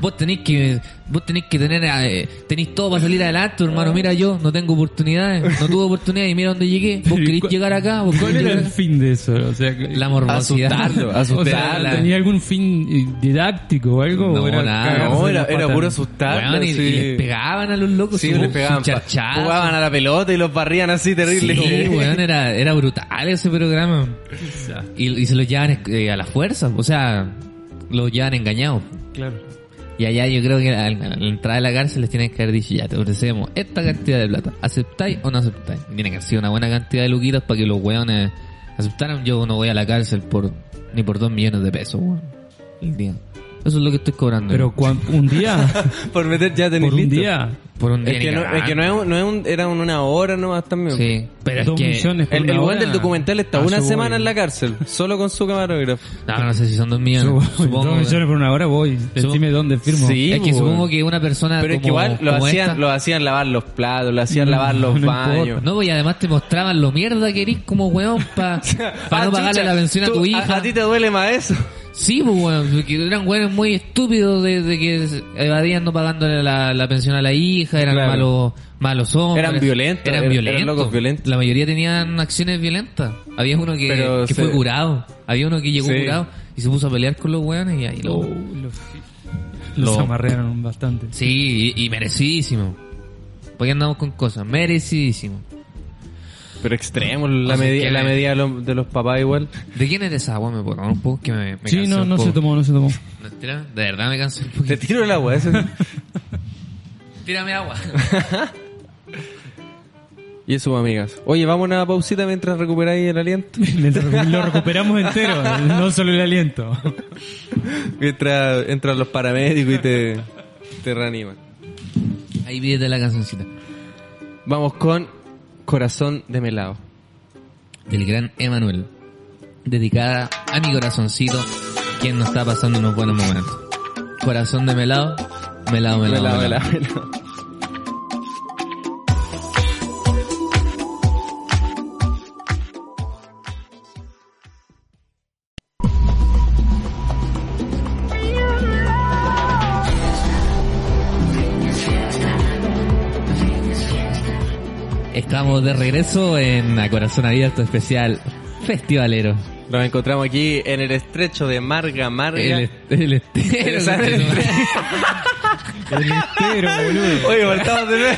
Vos tenés que, vos tenés que tener, eh, tenés todo para salir adelante, hermano. Mira yo, no tengo oportunidades, no tuve oportunidades y mira dónde llegué. Vos querés llegar acá, vos ¿Cuál querés era llegar el acá. fin de eso? O sea, que- La morbosidad. Asustarlo, [LAUGHS] o sea, asustarlo. ¿tenía algún fin eh, didáctico o algo? No, ¿O era nada. cagarse No, en era, las era patas? puro asustarlo. Weón, y, y sí. les pegaban a los locos, Sí, su- les pegaban. su charchazo. Jugaban a la pelota y los barrían así terrible. Sí, como- weón, era, era brutal ese programa. Y, y se los llevan eh, a la fuerza, o sea, los llevan engañados. Claro. Y allá yo creo que a la, a la entrada de la cárcel les tienen que haber dicho, ya te ofrecemos esta cantidad de plata. ¿Aceptáis o no aceptáis? Tiene que haber sido una buena cantidad de luquitas para que los weones aceptaran. Yo no voy a la cárcel por ni por dos millones de pesos, weón. El día. Eso es lo que estoy cobrando. Pero cuan- un día, [LAUGHS] Por meter ya [LAUGHS] tenis por un listo. día, por un día Es ni que, no, es cagando. que no, es un- no es un- era un- una hora nomás también. Sí, Ah, pero es dos que... millones por El, el una weón hora. del documental está A una su semana voy. en la cárcel, solo con su camarógrafo. No, no sé si son dos millones. [LAUGHS] Supongo- supongo, Dos millones por una hora voy. Decime dónde firmo. Sí, es que weón. supongo que una persona Pero es que Ah, como- igual lo como hacían, esta- lo hacían lavar los platos, lo hacían lavar los no baños. [LAUGHS] importa. [LAUGHS] No, pues y además te mostraban lo mierda que eres como weón para Ah, no pagarle chucha, la pensión a tú- tu hija. A, ti te duele más eso. Sí, pues weón, porque eran weones muy estúpidos de, de que se evadían no pagándole la, la pensión a la hija, eran Claro. malos, malos hombres. Eran violentos, Eran eran- violentos. eran locos violentos. La mayoría tenían acciones violentas. Había uno que, Pero que se- fue curado, había uno que llegó Sí. curado y se puso a pelear con los weones y ahí lo... Oh, los, los Lo- amarrearon bastante. Sí, y, y merecidísimo. Porque andamos con cosas, merecidísimo. Pero extremo, la, O sea, medi- que- la medida de los, de los papás [LAUGHS] igual. ¿De quién eres agua? ¿Me puedo tomar un poco? Que me, me Sí, cansé no, un no poco. se tomó, no se tomó. ¿No es tira? De verdad me cansé un poquito. Te tiro el agua, eso. Tírame agua. [LAUGHS] y eso, amigas. Oye, vamos a una pausita mientras recuperáis el aliento. [LAUGHS] Lo recuperamos entero, no solo el aliento. Mientras entran los paramédicos y te, te reaniman. Ahí pídete la cancioncita. Vamos con Corazón de Melado. Del gran Emanuel. Dedicada a mi corazoncito, quien nos está pasando unos buenos momentos. Corazón de melado, melado, melado, melado. Melado, melado, melado. Estamos de regreso en A Corazón Abierto Especial Festivalero. Nos encontramos aquí en el estrecho de Marga Marga. El, est- el estero. El- el- El entero, boludo. Oye, faltamos de nuevo.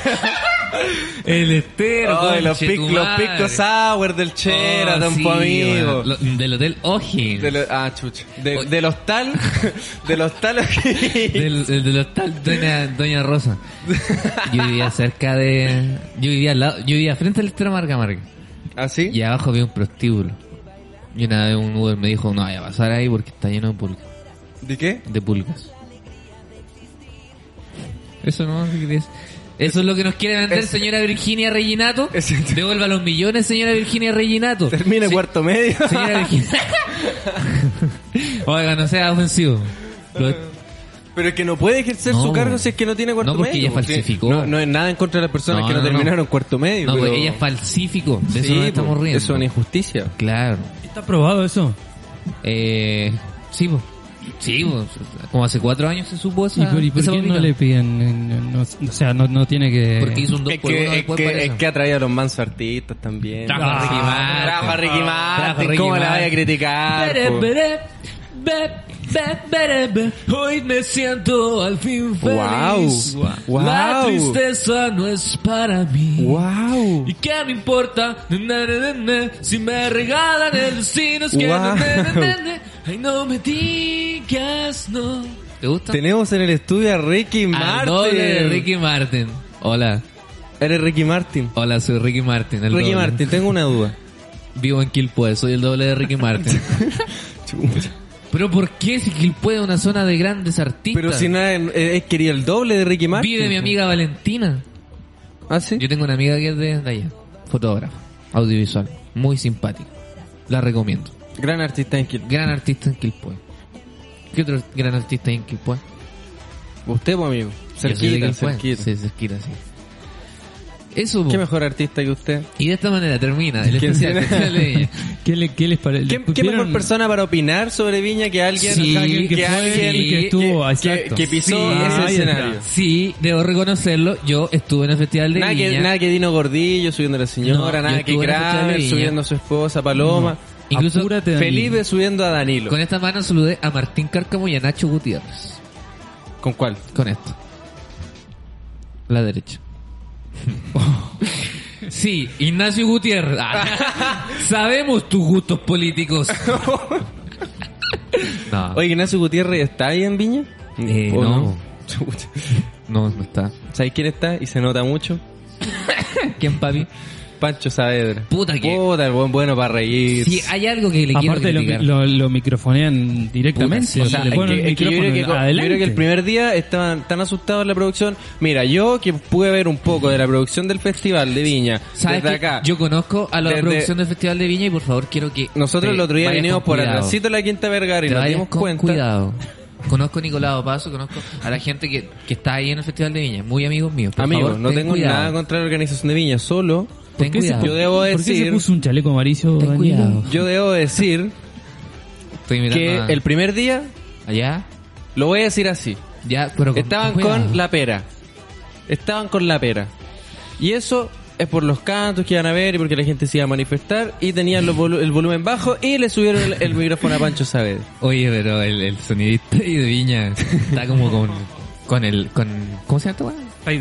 El estero. Ay, los, conche tu pic- los madre. picos sour del Chera, Oh, sí, tampoco amigo. bueno, lo- del hotel Oji. De Del, lo- ah, chucha. De, [LAUGHS] del hostal. del hostal aquí. del- del hotel Doña, Doña [LAUGHS] Rosa. Yo vivía cerca de. Yo vivía al lado. Yo vivía frente al estero Marca Marca. ¿Así? Y abajo había un prostíbulo. Y una vez un Uber me dijo: No vaya a pasar ahí porque está lleno de pulgas. ¿De qué? De pulgas. Eso no, ¿qué querías? Eso es lo que nos quiere vender, es- señora Virginia Reginato. es- Devuelva los millones, señora Virginia Reginato. Termina Sí, cuarto medio. [LAUGHS] Señora [LAUGHS] Virginia. Oiga, no sea ofensivo. Lo- Pero es que no puede ejercer No. su cargo si es que no tiene cuarto No, porque medio. ella falsificó. No, no es nada en contra de las personas No, que no, no, no. terminaron cuarto medio. no, pero... pues ella falsificó. De eso Sí, nos estamos pues, riendo. Eso es una injusticia. Claro. ¿Está aprobado eso? Eh, sí, po. Sí, po. Como hace cuatro años se supo esa. ¿Y por, y por esa qué no bombita. le piden? eh, no- o sea, no, no tiene que... Porque hizo un dos Es por uno que, es, después que, para es eso. que ha traído a los mansos artistas también. Ah, Trajo a Ricky Martin. Trajo a Ricky Trajo a Martin. Ricky ¿Cómo la vaya a Martin. criticar? Bere, po? bere, be, be, bere, be. Hoy me siento al fin feliz. Guau. Guau. La tristeza no es para mí. ¡Wow! ¿Y qué me importa? Na, na, na, na. Si me regalan el destino es que... Wow. na, na, na, na, na. Ay, no me digas no. ¿Te gusta? Tenemos en el estudio a Ricky Al Martin. doble de Ricky Martin. Hola. Eres Ricky Martin. Hola, soy Ricky Martin. el Ricky doble. Martin, tengo una duda. Vivo en Quilpue, soy el doble de Ricky [LAUGHS] Martin. ¿Pero por qué si Quilpue es una zona de grandes artistas? Pero si nada, eh, eh, quería el doble de Ricky Martin. Vive mi amiga Valentina. ¿Ah, sí? Yo tengo una amiga que es de, de allá, fotógrafa, audiovisual, muy simpática. La recomiendo. Gran artista en Quilpue. Gran artista en Quilpue. ¿Qué otro gran artista hay en Quilpue? Usted, pues, amigo. Yo soy de Cerquita, Quilpué. cerquita. Sí, pues. cerquita, sí. Eso, po. ¿Qué mejor artista que usted? y de esta manera termina el ¿Quién especial, tiene? especial de [LAUGHS] ella. [LAUGHS] ¿Qué, le, qué les parece? ¿Qué, qué mejor persona para opinar sobre Viña que alguien Sí, que, que fue alguien y que que- estuvo, que- exacto. que pisó Sí, ese ahí está. escenario? Sí, debo reconocerlo, yo estuve en el festival de Nada que, Viña. nada que Dino Gordillo subiendo a la señora, No, nada yo que estuve en el Festival de Kramer Viña. subiendo a su esposa Paloma, Incluso Apúrate, Danilo. Felipe subiendo a Danilo. con esta mano saludé a Martín Cárcamo y a Nacho Gutiérrez. ¿Con cuál? Con esto. La derecha. [LAUGHS] Sí, Ignacio Gutiérrez. Ah, [LAUGHS] sabemos tus gustos [LAUGHS] políticos. No. Oye, Ignacio Gutiérrez está ahí en Viña. Eh, ¿O no. [LAUGHS] Chuta. No, no está. ¿Sabes quién está? Y se nota mucho. ¿Quién, papi? Pancho Saavedra. Puta que- Puta, el buen bueno para reír. Si hay algo que le Aparte quiero lo, criticar. lo, lo microfonean directamente. sí, o sea, le Es ponen que- el es que yo, creo que, micrófono yo adelante. creo que el primer día estaban tan asustados en la producción. Mira, yo que pude ver un poco de la producción del festival de Viña ¿Sabes desde qué? acá. Yo conozco a la Desde- producción del Festival de Viña y por favor quiero que... Nosotros te el otro día vayas vinimos con por cuidado. atrásito de la Quinta Vergara y Te nos vayas dimos con cuenta. cuidado. Conozco a Nicolau Paso, conozco a la gente que, que está ahí en el Festival de Viña, muy amigos míos. Por Amigos, favor, no ten tengo cuidado. nada contra la organización de Viña, solo Ten ¿Qué se- cuidado. yo debo ¿Por qué se decir, puso un chaleco amarillo, Ten Daniela? cuidado. yo debo decir Estoy mirando que a- el primer día allá. lo voy a decir así. Ya, pero con- Estaban cuidado. con la pera. Estaban con la pera. Y eso es por los cantos que iban a ver y porque la gente se iba a manifestar y tenían los volu- el volumen bajo y le subieron el, el micrófono a Pancho Saavedra. Oye, pero el, el sonidista ahí de Viña está como con, con el... Con, ¿Cómo se llama esta weá?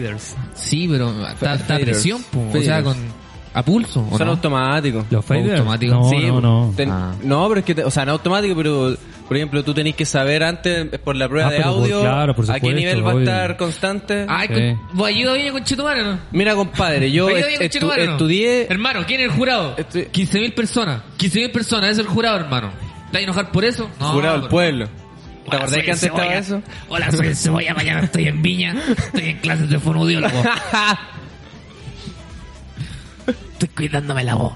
Faders. Sí, pero está, está a Faders. presión, po. o sea, Faders. con... A pulso, ¿o Son no? automáticos. ¿Los faders? Automático. No, Sí, no, no. Ten- Ah. No, pero es que, te- o sea, no automático, pero por ejemplo, tú tenés que saber antes por la prueba Ah, de pero por- audio claro, por a qué supuesto, nivel va a obvio. estar constante. Ay, Sí. con, ¿vos ayuda Viña con Chetumare no? Mira, [LAUGHS] compadre, yo Ayuda est- Viña con estu- Chetumare, no? estudié Hermano, ¿quién es el jurado? Estu- 15.000 personas. 15.000 personas, ese es el jurado, hermano. ¿Te vas a enojar por eso? No, jurado al por- pueblo. ¿Te Hola, soy acordás que el antes estaba Cebolla. eso? Hola, soy el Cebolla, mañana estoy en Viña, estoy en clases de fonoaudiólogo. [LAUGHS] Estoy cuidándome la voz.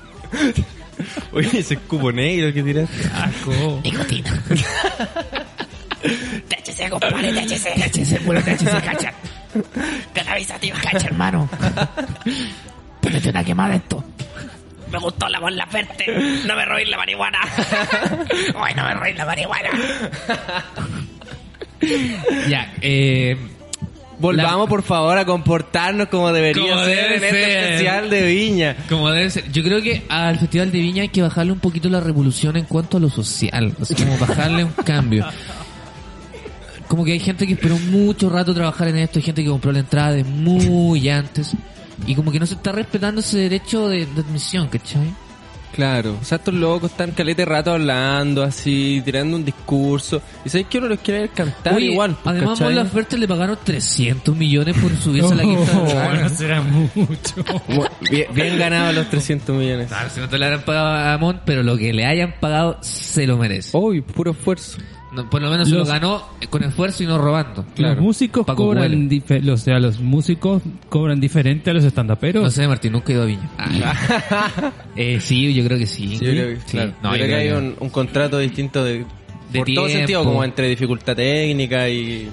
[LAUGHS] Oye, ese cubo negro que tiraste. [LAUGHS] Nicotina. THC, compadre, THC. THC, puro THC, [LAUGHS] cacha. tío, cacha, hermano. Ponete una quemada esto. Me gustó la voz la verte. No me robéis la [LAUGHS] marihuana. Ay, no me robéis la marihuana. ya, eh... Volvamos por favor a comportarnos como debería Como ser debe en este ser. especial de Viña. Como debe ser. Yo creo que al Festival de Viña hay que bajarle un poquito la revolución en cuanto a lo social. O sea, como bajarle un cambio. Como que hay gente que esperó mucho rato trabajar en esto, hay gente que compró la entrada de muy antes. Y como que no se está respetando ese derecho de, de admisión, ¿cachai? Claro, o sea, estos locos están calete rato hablando así, tirando un discurso. Y sabes que uno los quiere ver cantar Oye, igual. pues, además, ¿cachai? Mon Laferte le pagaron 300 millones por subirse a la quinta Oh, [LAUGHS] bueno, vergara. será mucho. Bueno, bien, bien ganado los 300 millones. Claro, si no te le habrán pagado a Mon, pero lo que le hayan pagado se lo merece. Uy, puro esfuerzo. No, por lo menos se lo Oh. Los- ganó con esfuerzo y no robando. Los músicos Paco cobran Huele. dife- o sea, los músicos cobran diferente a los estandaperos. No sé, Martín, nunca he ido a Viña. Ah, [LAUGHS] eh, sí, yo creo que sí. Sí, yo creo que, Sí. claro. No, yo creo que hay un, un contrato distinto de, por todo tiempo. sentido, como entre dificultad técnica y...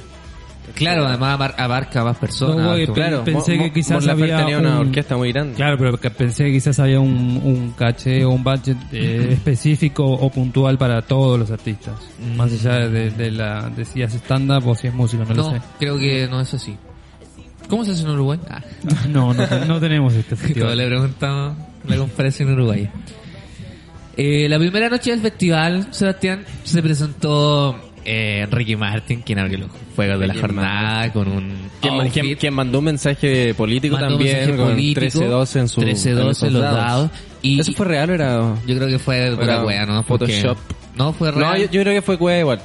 Claro, además abar- abarca más personas. No, güey, tú- pero- Claro, Pensé Mon- que Mon- quizás Mon Laferte había tenía una un- orquesta muy grande. Claro, pero que pensé que quizás había un, un caché o un budget eh, específico o puntual para todos los artistas. Más allá de, de la de si es stand-up o si es músico, Mm. no, No, lo sé. creo que no es así. ¿Cómo se hace en Uruguay? Ah, [LAUGHS] No, no, te- no tenemos [LAUGHS] este [LAUGHS] yo festival. le preguntaba la comparación uruguaya. Eh, la primera noche del festival, Sebastián, se presentó eh, Ricky Martin, quien abrió los juegos de la Ricky jornada con un Quien, man- quien- outfit. quien mandó Ah, un mensaje político Mandó un también, mensaje con político, 13-12 en su 13-12 en los esos dados. Y- ¿Eso fue real o era...? Yo creo que fue pura Bueno, wea, ¿no? Porque- Photoshop. No, fue real. No, yo, yo creo que fue cueva igual.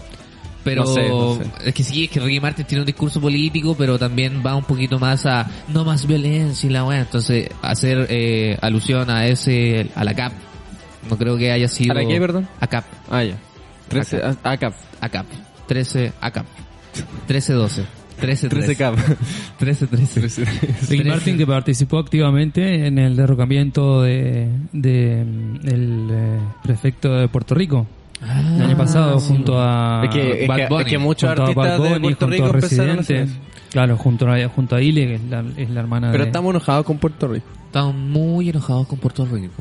Pero No sé, no sé. es que sí, es que Ricky Martin tiene un discurso político, pero también va un poquito más a no más violencia y la weá. Entonces, hacer eh, alusión a ese, a la CAP, no creo que haya sido... ¿A la qué, perdón? A CAP, Ah, ya. 13, Acá. ah, acá. a CAP. 13, a CAP. 13-12. 13 13-13. cap. 13-13. Ricky Martin que participó activamente en el derrocamiento de, de mm, el eh, prefecto de Puerto Rico el año pasado junto a es que, es Bad que- es Bunny. que muchos junto a artistas Bad Bunny, de Puerto junto a Rico empezaron a hacer Residente. eso. Claro, junto a, junto a Ile, que es la, es la [LAUGHS] hermana Pero de... estamos enojados con Puerto Rico. Estamos muy enojados con Puerto [LAUGHS] Rico.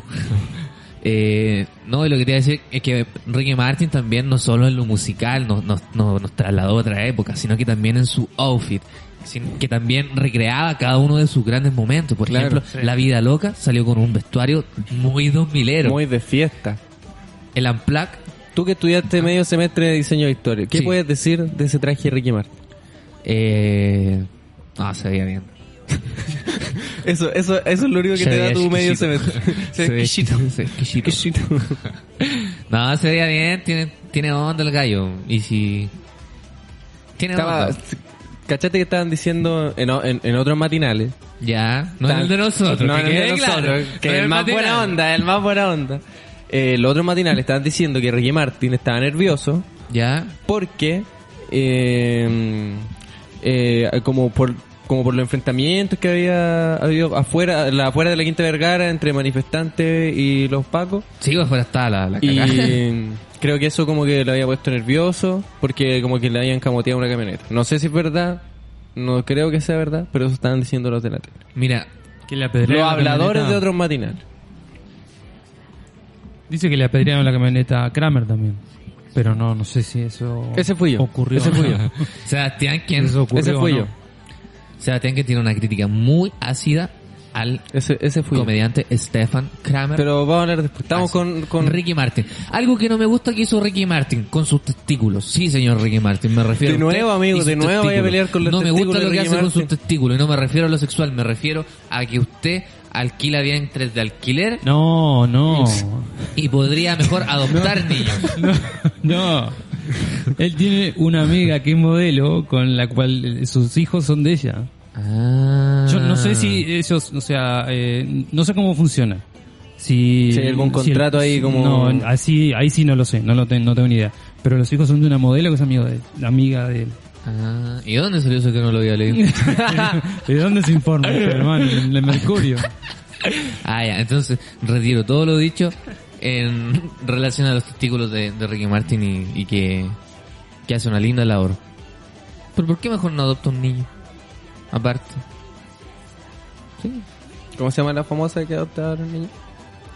Eh, no, y lo que quería decir es que Ricky Martin también, no solo en lo musical, nos, nos, nos, nos trasladó a otra época, sino que también en su outfit, sin- que también recreaba cada uno de sus grandes momentos. Por Claro, ejemplo, La Vida Loca salió con un vestuario muy dos milero. Muy de fiesta. El Amplac, Tú que estudiaste medio semestre de diseño de historia, ¿qué Sí. puedes decir de ese traje de Ricky Martin? eh, ah, se veía bien. Eso, eso, eso es lo único que Se te da veía tu medio exquisito. [LAUGHS] semestre. Se veía exquisito, se veía exquisito. [LAUGHS] No, se veía bien, tiene, tiene onda el gallo. Y si Tiene Estaba- nota. Cachate que estaban diciendo en, o- en- en otros matinales. Ya, no es el de Estaban- nosotros. No, que no es el quede de claro. nosotros. Que No es el más matinal. buena onda, el más buena onda. Eh, los otros matinales estaban diciendo que Ricky Martin estaba nervioso Ya, porque eh, eh, como por como por los enfrentamientos que había habido afuera la afuera de la Quinta Vergara entre manifestantes y los pacos sí, pues afuera está la, la cagada. [LAUGHS] y creo que eso como que lo había puesto nervioso porque como que le habían camoteado una camioneta no sé si es verdad no creo que sea verdad pero eso estaban diciendo los de la tele Mira, Que le apedrearon los la habladores camioneta. de otros matinales Dice que le apedrearon la camioneta a Kramer también. Pero no, no sé si eso Ese fui yo. ocurrió. Ese fui yo. [LAUGHS] [LAUGHS] Sebastián quien, Eso ocurrió, ese fui ¿no? yo Sebastián que tiene una crítica muy ácida al ese, ese fui yo comediante Stefan Kramer. pero vamos a hablar después estamos Así. con, con Ricky Martin. Algo que no me gusta que hizo Ricky Martin con sus testículos. Sí, señor Ricky Martin, me refiero De a usted nuevo, amigo, y sus de nuevo testículos. vaya a pelear con los No me testículos gusta de lo que Ricky hace con Martin. sus testículos y no me refiero a lo sexual, me refiero a que usted alquila vientres de alquiler [LAUGHS] No, no. y podría mejor adoptar niños. No, [LAUGHS] no. Él tiene una amiga que es modelo con la cual eh, sus hijos son de ella. Ah. Yo no sé si ellos, o sea, eh, no sé cómo funciona. Si, Si hay algún contrato ahí si- como- No, así, ahí sí no lo sé, no, lo ten- no tengo ni idea. Pero los hijos son de una modelo que es amigo de él, amiga de él. Ah, ¿Y dónde salió eso que no lo había leído? [LAUGHS] ¿De dónde se informa, este hermano? De Mercurio. Ah, ya, entonces retiro todo lo dicho en relación a los testículos de, de Ricky Martin y, y que, que hace una linda labor. Pero ¿por qué mejor no adopta un niño? Aparte. Sí. ¿Cómo se llama la famosa que adopta a los niños?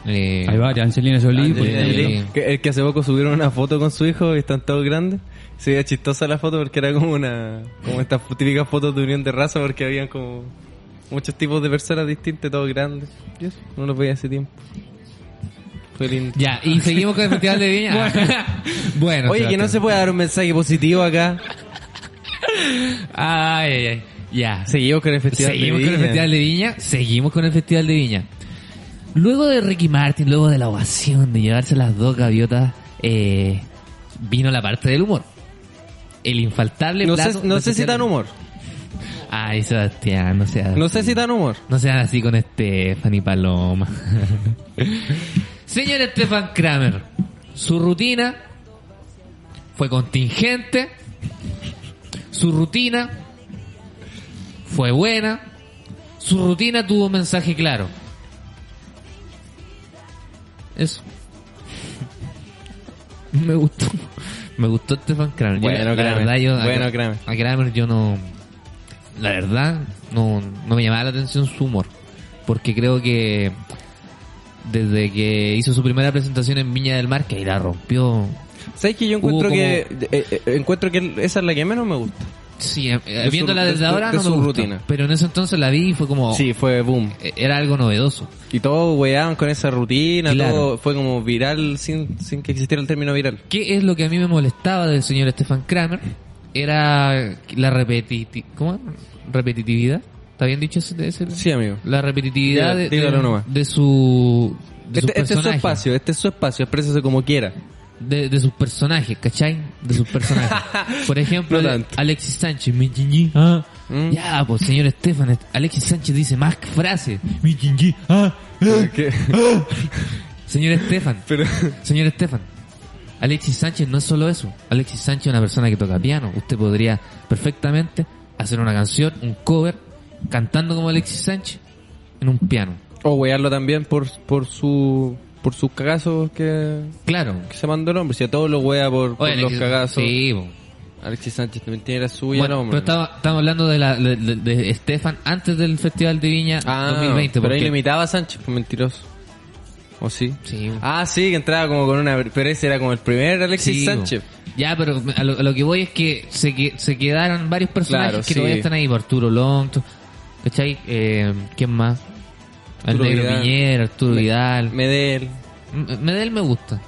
Eh, Hay varias, Angelina Jolie. Angelina porque- Jolie. Jolie. Que- El que hace poco subieron una foto con su hijo y están todos grandes. Se veía chistosa la foto porque era como una. como estas típicas fotos de unión de raza porque habían como muchos tipos de personas distintas, todos grandes. Yo eso no los veía hace tiempo. Fue lindo. Ya, y seguimos con el Festival de Viña. [LAUGHS] [LAUGHS] bueno. Oye, que no se Sebastián. puede dar un mensaje positivo acá. Ay, ay, ay. Ya. Seguimos con el festival. de Seguimos con el Viña. Festival de Viña, seguimos con el Festival de Viña. Luego de Ricky Martin, luego de la ovación, de llevarse las dos gaviotas, eh, vino la parte del humor. El infaltable No plato sé, no del sé si Festival dan de- humor. Ay, Sebastián, no seas... No sé si dan humor. No sean así con Estefan y Paloma. [LAUGHS] Señor Estefan Kramer, su rutina fue contingente. Su rutina fue buena. Su rutina tuvo un mensaje claro. Eso. [LAUGHS] Me gustó. Me gustó Estefan Kramer. Yo, Bueno, la Kramer. verdad, yo a- Bueno, Kramer. a Kramer yo no la verdad, no, no me llamaba la atención su humor. Porque creo que desde que hizo su primera presentación en Viña del Mar, que ahí la rompió. ¿Sabes que yo Hubo encuentro como- que. eh, eh, encuentro que esa es la que menos me gusta. Sí, eh, eh, su- viéndola de desde su- ahora de no me su gusta, rutina. Pero en ese entonces la vi y fue como... Sí, fue boom. eh, Era algo novedoso. Oh. Y todos weaban con esa rutina, Claro. todo fue como viral sin, sin que existiera el término viral. ¿Qué es lo que a mí me molestaba del señor Stefan Kramer? Era la repetiti ¿cómo? repetitividad. ¿Está bien dicho ese? ese- Sí, amigo. La repetitividad Diga- de, dígalo de- nomás. de su... De sus Este, este es su personajes. espacio, este es su espacio, exprésese como quiera. de, de sus personajes, ¿cachai? De sus [LAUGHS] personajes. Por ejemplo, No Ale- tanto. Alexis Sánchez, mi chingi, ah. Mm. Ya, pues señor Estefan, est- Alexis Sánchez dice más frases. Mi chingi, ah. Que- [LAUGHS] Señor Estefan, pero señor Estefan. Alexis Sánchez no es solo eso. Alexis Sánchez es una persona que toca piano. Usted podría perfectamente hacer una canción, un cover, cantando como Alexis Sánchez en un piano. o wearlo también por, por su por sus cagazos que, Claro. que se mandó el hombre, si a todos los wea por, por Oye, los Alexis- cagazos. Sí, po. Alexis Sánchez también tiene la suya, Bueno, el pero hombre. estaba- estamos hablando de, la, de, de- de Estefan antes del Festival de Viña Ah, 2020. pero ahí porque- lo imitaba a Sánchez, fue mentiroso. ¿O sí? Sí. Ah, sí, que entraba como con una... Pero ese era como el primer Alexis Sí, Sánchez. Ya, pero a lo, a lo que voy es que se, que- se quedaron varios personajes Claro, que sí. todavía están ahí. por Arturo Long, tu- ¿cachai? Eh, ¿Quién más? El Arturo Negro Vidal. Piñera, Arturo Vidal. Medel. M- Medel me gusta.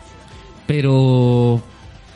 Pero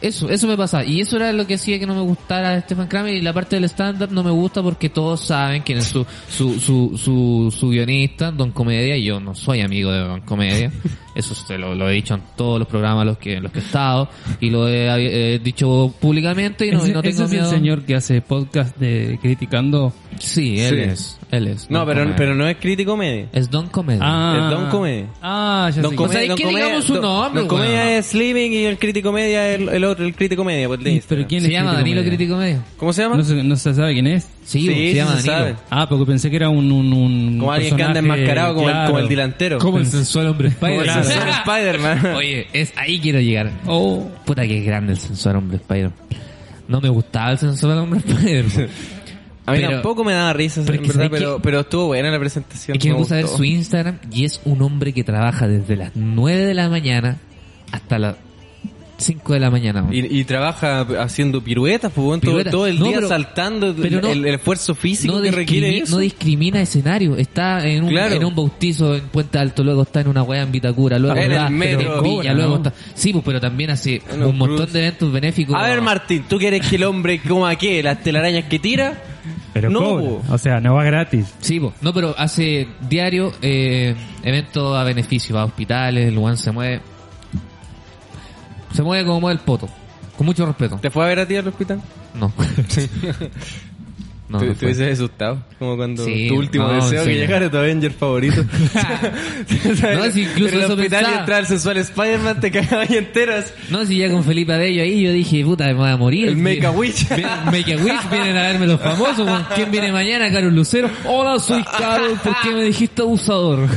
Eso, eso me pasa. Y eso era lo que hacía que no me gustara Stefan Kramer. Y la parte del stand-up no me gusta porque todos saben quién es su, su, su, su, su guionista, Don Comedia. Y yo no soy amigo de Don [LAUGHS] Comedia. Eso se lo, lo he dicho en todos los programas los que, los que he estado. Y lo he, eh, dicho públicamente y no, ese, y no ese tengo es miedo. el señor que hace podcast de criticando. Sí, él Sí. es. Él es. No, Don pero, Comedia. pero no es crítico medio. Es Don Comedia. El Don Come. Ah, ya Don sé. Come- O sea, Comedia- es Don que Comedia- digamos su Don- nombre, Don Comedia weón. es Sleeping y el crítico media el, el otro, el crítico media. por el de ¿Pero Instagram. quién se es llama Danilo Crítico Medio. ¿Cómo se llama? No se, no se sabe quién es. Sí, Sí, se sí llama se Danilo. sabe. Ah, porque pensé que era un. un, un Como alguien que anda personaje, enmascarado como, el, claro. como el delantero. Como el sensual hombre Como el Spider. asesor Spider-Man. [LAUGHS] Oye, es ahí quiero llegar. Oh. Puta que grande el sensor hombre Spider. No me gustaba el sensor hombre Spider. [LAUGHS] A mí Pero- tampoco me daba risa, pero es en que verdad, sabes pero, pero estuvo buena la presentación. Es que me puse a ver gustó. su Instagram y es un hombre que trabaja desde las 9 de la mañana hasta las 5 de la mañana. weón. Y, y trabaja haciendo piruetas, pues, weón, todo- Piruetas. todo, el No, día pero- saltando, pero no- el, el esfuerzo físico no, que discrimi- requiere eso. no discrimina escenario. Está en un, Claro. en un bautizo en Puente Alto, luego está en una weá en Vitacura, luego En el está metro. en Viña, Cobra, luego ¿no? está... Sí, pues, pero también hace En los un montón cruces. de eventos benéficos. A ver, Martín, ¿tú quieres que el hombre coma qué? ¿Las telarañas que tira? Pero no, cobra. po. O sea, no va gratis. Sí, po. no, pero hace diario eh, eventos a beneficio, a hospitales, el Luan se mueve. Se mueve como mueve el poto. Con mucho respeto. ¿Te fue a ver a ti al hospital? [LAUGHS] No. no, Tú- no tú fue. hubieses asustado. Como cuando Sí, tu último no, deseo sí. que llegara tu [LAUGHS] Avenger favorito. [LAUGHS] No, si incluso en el eso hospital pensaba. y entrar al sensual Spider-Man te cagaba y enteras. No, si ya con Felipe Adello ahí yo dije, puta, me voy a morir. El Make a Wish. Ven- Make a Wish, vienen a verme los famosos. weón. ¿Quién viene mañana? Carol Lucero. Hola, soy Carol, ¿por qué me dijiste [LAUGHS] abusador?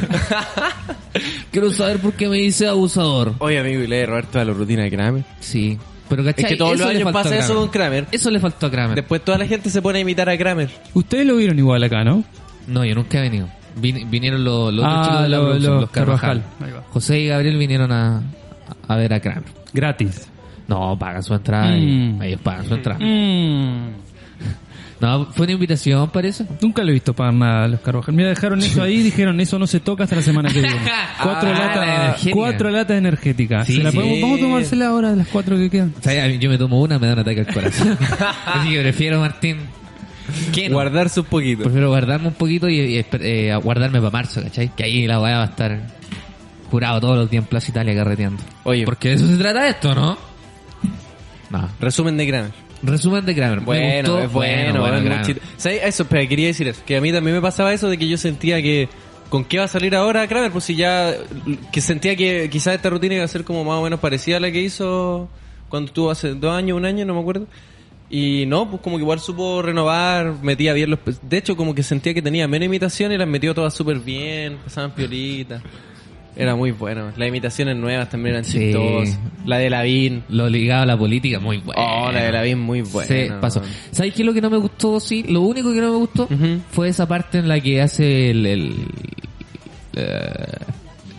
Quiero saber por qué me dice abusador. Oye, amigo, y le voy a robar toda la rutina de Kramer. Sí. Pero ¿cachai? Es que todos Eso los le años faltó a pasa eso Kramer. con Kramer. Eso le faltó a Kramer. Después toda la gente se pone a imitar a Kramer. Ustedes lo vieron igual acá, ¿no? No, yo nunca he venido. Vin- vinieron los, los otros Ah, chicos de la los- producción, los los Carvajal. Carvajal. Ahí va. José y Gabriel vinieron a, a ver a Kramer. Gratis. No, pagan su entrada. y- Mm. ellos pagan su entrada. No, fue una invitación, parece. Nunca lo he visto pagar nada a los Carvajal. Mira, dejaron eso ahí y dijeron, eso no se toca hasta la semana que viene. [LAUGHS] Cuatro, Ah, la latas, energética. cuatro latas energéticas. Sí, Se la sí. podemos- vamos a tomársela ahora de las cuatro que quedan. O sea, a mí- yo me tomo una, me da un ataque al [LAUGHS] corazón. [LAUGHS] Así que prefiero, Martín, ¿qué no? Guardar sus poquitos. prefiero guardarme un poquito y, y esper- eh, guardarme para marzo, ¿cachai? Que ahí la weá va a estar curado todos los días en Plaza Italia carreteando. Oye. Porque de eso se trata esto, ¿no? No. Resumen de Kramer. Resumen de Kramer. Me Bueno, gustó. es bueno, bueno, Kramer. muy chiste. ¿Sabes? Eso, espera, quería decir eso. Que a mí también me pasaba eso de que yo sentía que. ¿Con qué va a salir ahora Kramer? Pues si ya. Que sentía que quizás esta rutina iba a ser como más o menos parecida a la que hizo cuando estuvo hace dos años, un año, no me acuerdo. Y no, pues como que igual supo renovar, metía bien los. pe- De hecho, como que sentía que tenía menos imitaciones y las metió todas súper bien, pasaban piolitas. Era muy bueno. Las imitaciones nuevas también eran Sí. chistosas. La de Lavín. Lo ligado a la política, muy bueno. Oh, la de Lavín, muy buena. Sí, pasó. ¿Sabes qué es lo que no me gustó? Sí, lo único que no me gustó Ujú. fue esa parte en la que hace el. el- eh,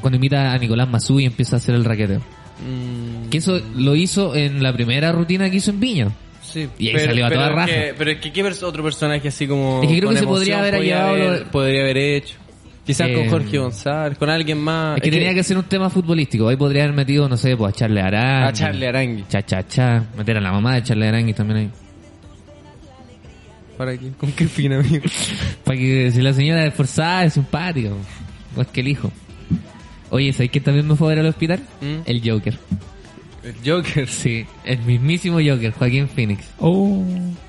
cuando imita a Nicolás Mazú y empieza a hacer el raqueteo. Mm. Que eso lo hizo en la primera rutina que hizo en Viña. Sí, Y ahí salió a toda es raja. que- pero es que qué pers- otro personaje así como. Es que creo con que se podría haber podía llevado lo- podría haber hecho. Quizás Eh, con Jorge González, con alguien más. Es que Es tenía que hacer un tema futbolístico. Ahí podría haber metido, no sé, pues a Charle Arán. A Charlie Arangui. Cha, cha, cha. Meter a la mamá de Charle Arán también ahí. ¿Para qué? ¿Con qué fin, amigo? [LAUGHS] Para que si la señora es esforzada, es simpática. O es que el hijo. Oye, ¿sabes que también me fue a ver al hospital? ¿Mm? El Joker. El Joker. Sí, el mismísimo Joker, Joaquín Phoenix. Oh.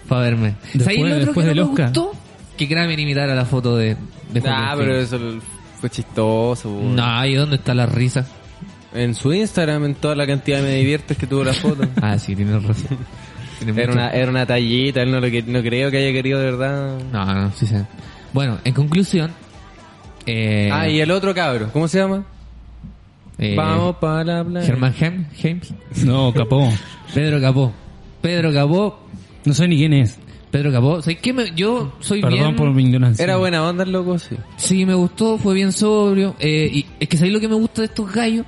Para verme. Después- ¿Sabes lo otro después que del no me Oscar. gustó? Que Kramer imitara la foto de, de Joaquín Ah, pero Phoenix. eso fue chistoso. po. No, ¿y dónde está la risa? En su Instagram, en toda la cantidad de me diviertes que tuvo la foto. [LAUGHS] Ah, sí, tienes razón. Tienes [LAUGHS] era, mucho- una, era una tallita, él no, lo que, no creo que haya querido de verdad. No, no, sí sé. Bueno, en conclusión... Eh, Ah, y el otro cabro, ¿cómo se llama? eh, Vamos para la pues. playa. Germán Hem- Hems. No, capó. Pedro Capó. Pedro Capó. No sé ni quién es. Pedro Capó. ¿Sabes qué? Me- yo soy Perdón bien... por mi ignorancia. Era buena onda el loco, sí. Sí, me gustó, fue bien sobrio. Eh, y es que sabéis lo que me gusta de estos gallos,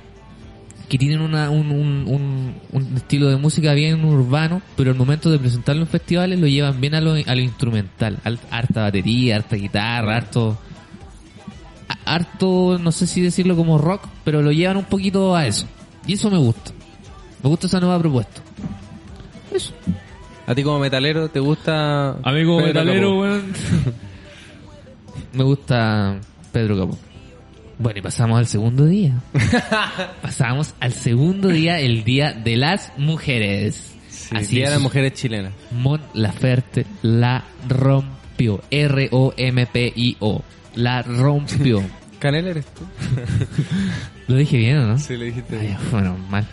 que tienen una, un, un, un, un estilo de música bien urbano, pero al momento de presentarlo en festivales lo llevan bien a lo, a lo instrumental. Al- harta batería, harta guitarra, harto, a- harto, no sé si decirlo como rock, pero lo llevan un poquito a eso. Y eso me gusta. Me gusta esa nueva propuesta. Eso. ¿A ti como metalero te gusta... Amigo Pedro metalero, Capó? weón. Me gusta Pedro Capó. Bueno, y pasamos al segundo [LAUGHS] día. pasamos al segundo día, el día de las mujeres. Sí, Día de es. las mujeres chilenas. Mon Laferte la rompió. R-O-M-P-I-O. La [LAUGHS] rompió. ¿Canel eres tú? Lo dije bien, ¿o ¿no? Sí, le dijiste. Ay, bueno, mal.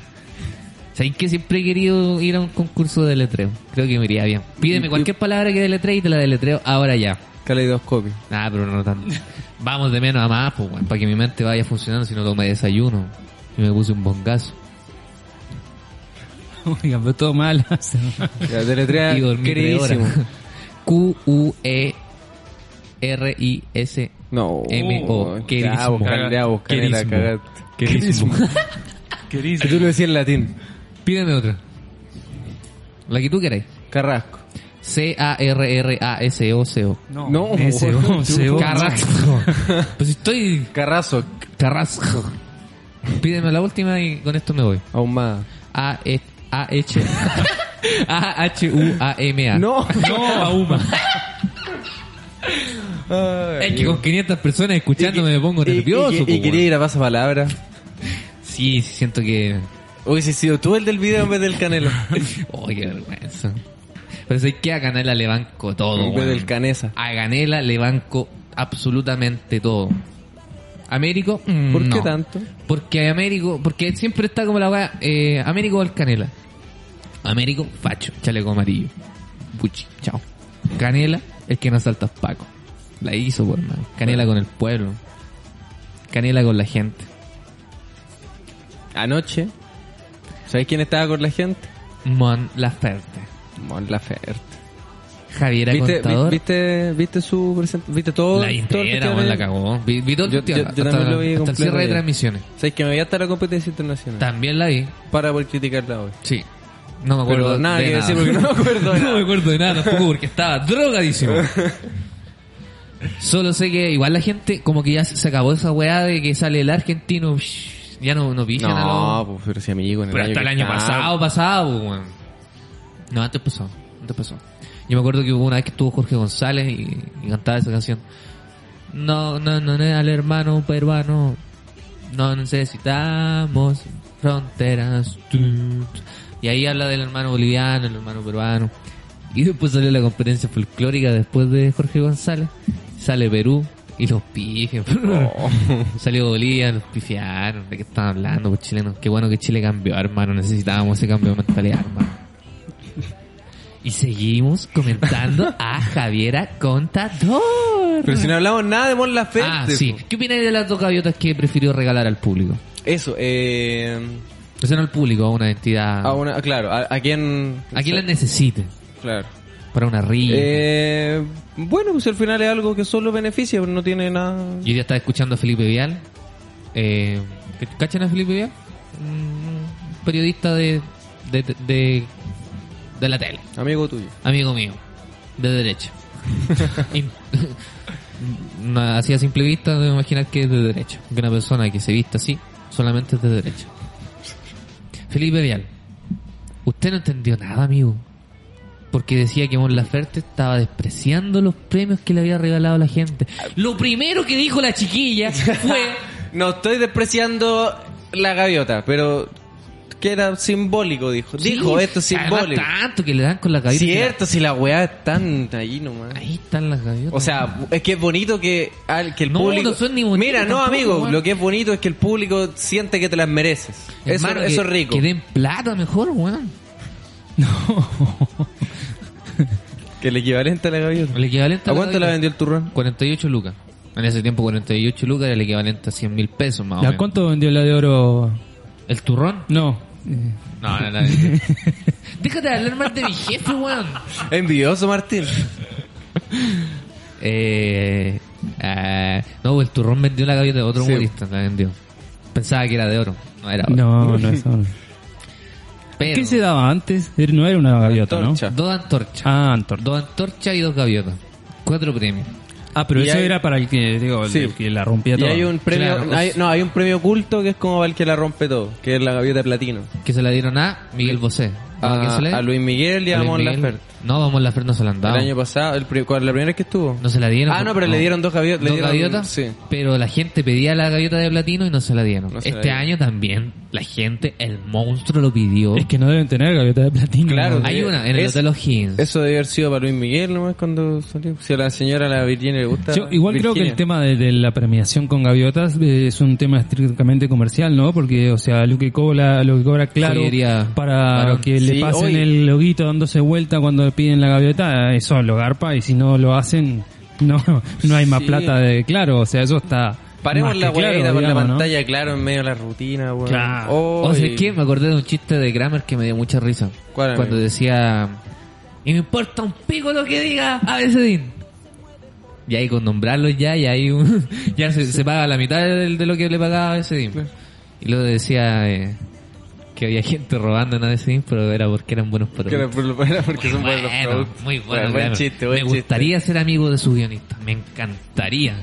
¿Sabéis que siempre he querido ir a un concurso de deletreo? Creo que me iría bien. Pídeme cualquier palabra que deletree y te la deletreo ahora ya. Caleidoscopio. Ah, pero no tanto. Vamos de menos a más, pues, weón, para que mi mente vaya funcionando si no tomé desayuno. Y me puse un bongazo. [LAUGHS] Oigan, pero todo mal. La deletrea Y dormí tres horas. E Ah, queridísimo. [LAUGHS] Q-U-E-R-I-S. No. M.O., ya, queridísimo. vos, Canel, ya, vos, Canel, la Queridísimo. cagaste. [LAUGHS] Que Queridísimo. tú lo decías en latín. Pídeme otra. La que tú queráis. Carrasco. C-A-R-R-A-S-O-C-O. No, No, ese, weón, weón, ese, [LAUGHS] weón. Carrasco. pues estoy Carrazo. carrasco. Pídeme la última y con esto me voy. Ahumada. A-H... [LAUGHS] A-H-U-A-M-A. No. No, Auma. Es que con 500 personas escuchándome me pongo nervioso. Y, po, y quería weón. ir a pasapalabra. Sí, siento que... Hubiese sido tú el del video en vez [LAUGHS] del Canelo. Oh, qué vergüenza. Pero sé que a Canela le banco todo. en vez weón. del Canesa. A Canela le banco absolutamente todo. Américo, mm, ¿Por qué no. tanto? Porque Américo, porque siempre está como la weá, eh, Américo o el Canela. Américo, facho, chaleco amarillo. Puchi, chao. Canela, el que no salta es Paco. La hizo, por hermano. Canela con el pueblo. Canela con la gente. Anoche, ¿sabéis quién estaba con la gente? Mon Laferte. Mon Laferte. Javiera ¿Viste, vi- Contador. viste, viste su presentación? ¿Viste todo? la todo el entera, festival? weón, la cagó. Vi, vi todo el Yo- festival, yo- yo hasta, también lo vi hasta el completo cierre de ya. transmisiones. ¿Sabéis que me voy hasta la competencia internacional? También la vi, Para poder criticarla hoy. sí. No me acuerdo Pero nada de que nada. decir [LAUGHS] porque no me acuerdo No de me nada. acuerdo de nada tampoco porque estaba [LAUGHS] drogadísimo. Solo sé que igual la gente como que ya se acabó esa weá de que sale el argentino. shh, Ya no, no pijan a los- No, pues, pero si amigo. En Pero hasta el que año estaba. pasado, pasado, weón. No, antes pasó, antes pasó. Yo me acuerdo que hubo una vez que estuvo Jorge González y, y cantaba esa canción. No, no, no, no, al hermano peruano. No necesitamos fronteras. Y ahí habla del hermano boliviano, el hermano peruano. Y después sale la conferencia folclórica después de Jorge González. Sale Perú y los pijes. [LAUGHS] Salió Bolivia, los pifiaron. ¿De qué están hablando, pues chilenos? Qué bueno que Chile cambió, hermano. Necesitábamos ese cambio de mentalidad, hermano. Y seguimos comentando [LAUGHS] a Javiera Contador. Pero si no hablamos nada de Mon Laferte. ah, sí. po. ¿Qué opináis de las dos gaviotas que prefirió regalar al público? Eso, eh. O sea, no al público, a una entidad... A una, claro, a, a quién. Ah. ¿A quién las necesite? Claro. Para una rilla. Eh, bueno, pues al final es algo que solo beneficia, pero no tiene nada. Yo ya estaba escuchando a Felipe Vial. Eh, ¿Cachan a Felipe Vial? Un periodista de, de, de, de la tele, Amigo tuyo. amigo mío, de [LAUGHS] derecha. In- Una- así a simple vista, de imaginar que es de derecha. Que una persona que se vista así, solamente es de derecha. Felipe Vial, usted no entendió nada, amigo. Porque decía que Mon Laferte estaba despreciando los premios que le había regalado la gente. Lo primero que dijo la chiquilla fue No estoy despreciando la gaviota, pero que era simbólico, dijo. [LAUGHS] dijo, Sí, esto es además simbólico. tanto que le dan con la gaviota. Cierto, si la weá es tan ahí nomás. Ahí están las gaviotas. O sea, es que es bonito que, al- que el No, público. no son ni bonitos Mira, no, tampoco, amigo, weón. lo que es bonito es que el público siente que te las mereces. Eso, Hermano, eso que- es rico. Que den plata mejor, weón. Que el equivalente a la gaviota. El equivalente a ¿A cuánto la gaviota- vendió el turrón? 48 lucas. En ese tiempo 48 lucas era el equivalente a 100 mil pesos más o ¿A menos. cuánto vendió la de oro? ¿El turrón? No. eh, No, no, no. [LAUGHS] Déjate de hablar más de mi jefe, weón. Envidioso, Martín. Eh, ah, no, el turrón vendió la gaviota de otro Sí. humorista, la vendió. Pensaba que era de oro, no era oro. No, no, eso no. Pero, ¿Qué se daba antes? Era- No era una gaviota, ¿no? Antorcha. Dos antorchas. Ah, antorcha. Dos antorchas y dos gaviotas. Cuatro premios. Ah, pero Y eso hay- era para el que, digo, el Sí. que la rompía Y toda. hay un premio, Claro. hay- no, hay un premio oculto que es como para el que la rompe todo, que es la gaviota de platino. Que se la dieron a Miguel Bosé. ¿A quién se le- Ah, a, a Luis Miguel y a Luis Mon Miguel? Laferte. No, Vamos Lafert no se la han dado. El año pasado, el, pri- ¿cuál- la primera vez que estuvo. No se la dieron. Ah, no, porque- pero le dieron dos gaviotas. le Dos dieron- gaviotas, Sí. pero la gente pedía la gaviota de platino y no se la dieron. No se la este dieron. año también la gente, el monstruo lo pidió. Es que no deben tener gaviota de platino. Claro. ¿no? Hay una en el Es- Hotel O'Higgins. Eso debe haber sido para Luis Miguel nomás cuando salió. Si a la señora, a la Virginia le gusta. Yo igual creo que Virginia. el tema de, de la premiación con gaviotas eh, es un tema estrictamente comercial, ¿no? Porque, o sea, lo que cobra, lo que cobra claro Joyería, para varón. que le Sí, pasen hoy- el loguito dándose vuelta cuando piden la gaviota, eso lo garpa y si no lo hacen, no, no hay más Sí. plata de claro. O sea, eso está. Paremos más la que claro, weá con la digamos, ¿no? pantalla, claro, en medio de la rutina, weón. Claro. Oh, O sea, y- es que me acordé de un chiste de Grammar que me dio mucha risa. ¿Cuál, amigo? Cuando decía, y me importa un pico lo que diga ABCDIN. Y ahí con nombrarlo ya, y ahí un- [LAUGHS] ya se, se paga la mitad del- de, lo que le pagaba ABCDIN. Y luego decía eh, que había gente robando en ABCDIN, pero era porque eran buenos Que era productos. por lo- era porque son buenos Bueno, productos. muy bueno, Bueno, buen Grammar. chiste, buen Me chiste. gustaría ser amigo de su guionista, me encantaría.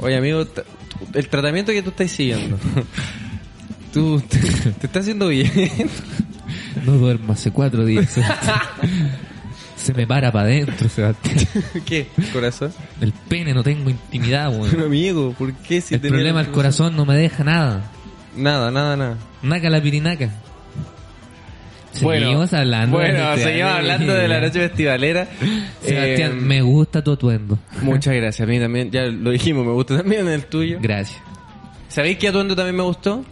Oye, amigo, t- el tratamiento que tú [LAUGHS] estás siguiendo. tú te, te está haciendo bien. [LAUGHS] No duermo hace cuatro días. [LAUGHS] se me para para adentro, Sebastián. ¿Qué? Corazón. El pene, no tengo intimidad, Pero [LAUGHS] weón. amigo, ¿por qué si El tenía- problema, el corazón no me deja nada. Nada, nada, nada. Naca la pirinaca. Seguimos hablando. de Bueno, festival. seguimos hablando de la noche festivalera. [LAUGHS] Sebastián, Eh, me gusta tu atuendo. Muchas gracias, a mí también, ya lo dijimos, me gusta también el tuyo. Gracias. ¿Sabéis qué atuendo también me gustó?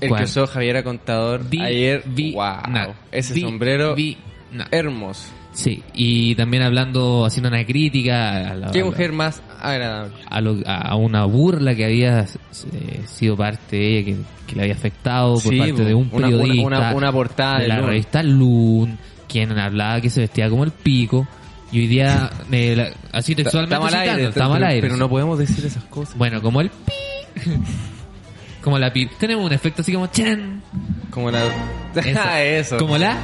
El ¿Cuál? que usó Javiera Contador Vi- ayer. vi- wow. na- ese vi- sombrero vi- na- hermoso. Sí, y también hablando, haciendo una crítica a, la- Qué a la- mujer más agradable. a, lo- a una burla que había eh, sido parte de ella, que, que le había afectado por Sí, pues, parte de un una- una- periodista. una- una portada de la Loon. revista Loon, quien hablaba que se vestía como el pico. Y hoy [LAUGHS] día, eh, la- así textualmente Estamos al citando, aire, estamos al pero- aire. Pero no podemos decir esas cosas. Bueno, como el pi, [LAUGHS] como la pi. Tenemos un efecto así como chan. Como la. [LAUGHS] Esa. Ah, [LAUGHS] Eso. Como la.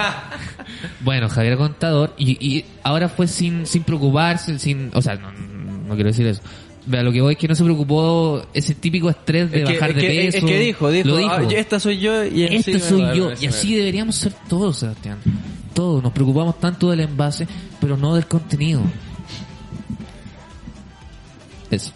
[LAUGHS] bueno, Javier Contador. Y, y ahora fue sin, sin preocuparse, sin. O sea, no, no quiero decir eso. Pero a lo que voy es que no se preocupó ese típico estrés de Es que, bajar es de que- es- peso. es que dijo, dijo, Lo dijo. "Ah, esta soy yo y así Este me soy va a yo. ver, Y así deberíamos ser todos, Sebastián. Todos. Nos preocupamos tanto del envase, pero no del contenido. Eso.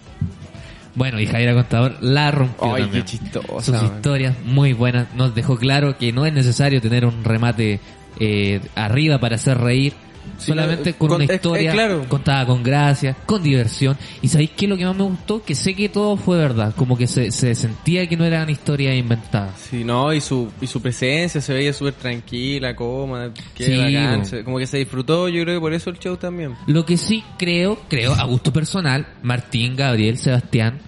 Bueno, y Jaira Contador la rompió Ay, también. qué chistosa, Sus man. historias muy buenas. Nos dejó claro que no es necesario tener un remate eh, arriba para hacer reír. Sí, Solamente no, con, con- una es- es historia claro. contada con gracia, con diversión. ¿Y sabéis qué es lo que más me gustó? Que sé que todo fue verdad. Como que se, se sentía que no eran historias inventadas. Sí, no, y su, y su presencia se veía súper tranquila, cómoda, qué Sí, bacán, bo. se- como que se disfrutó, yo creo que por eso el show también. Lo que sí creo, creo, a gusto personal, Martín, Gabriel, Sebastián,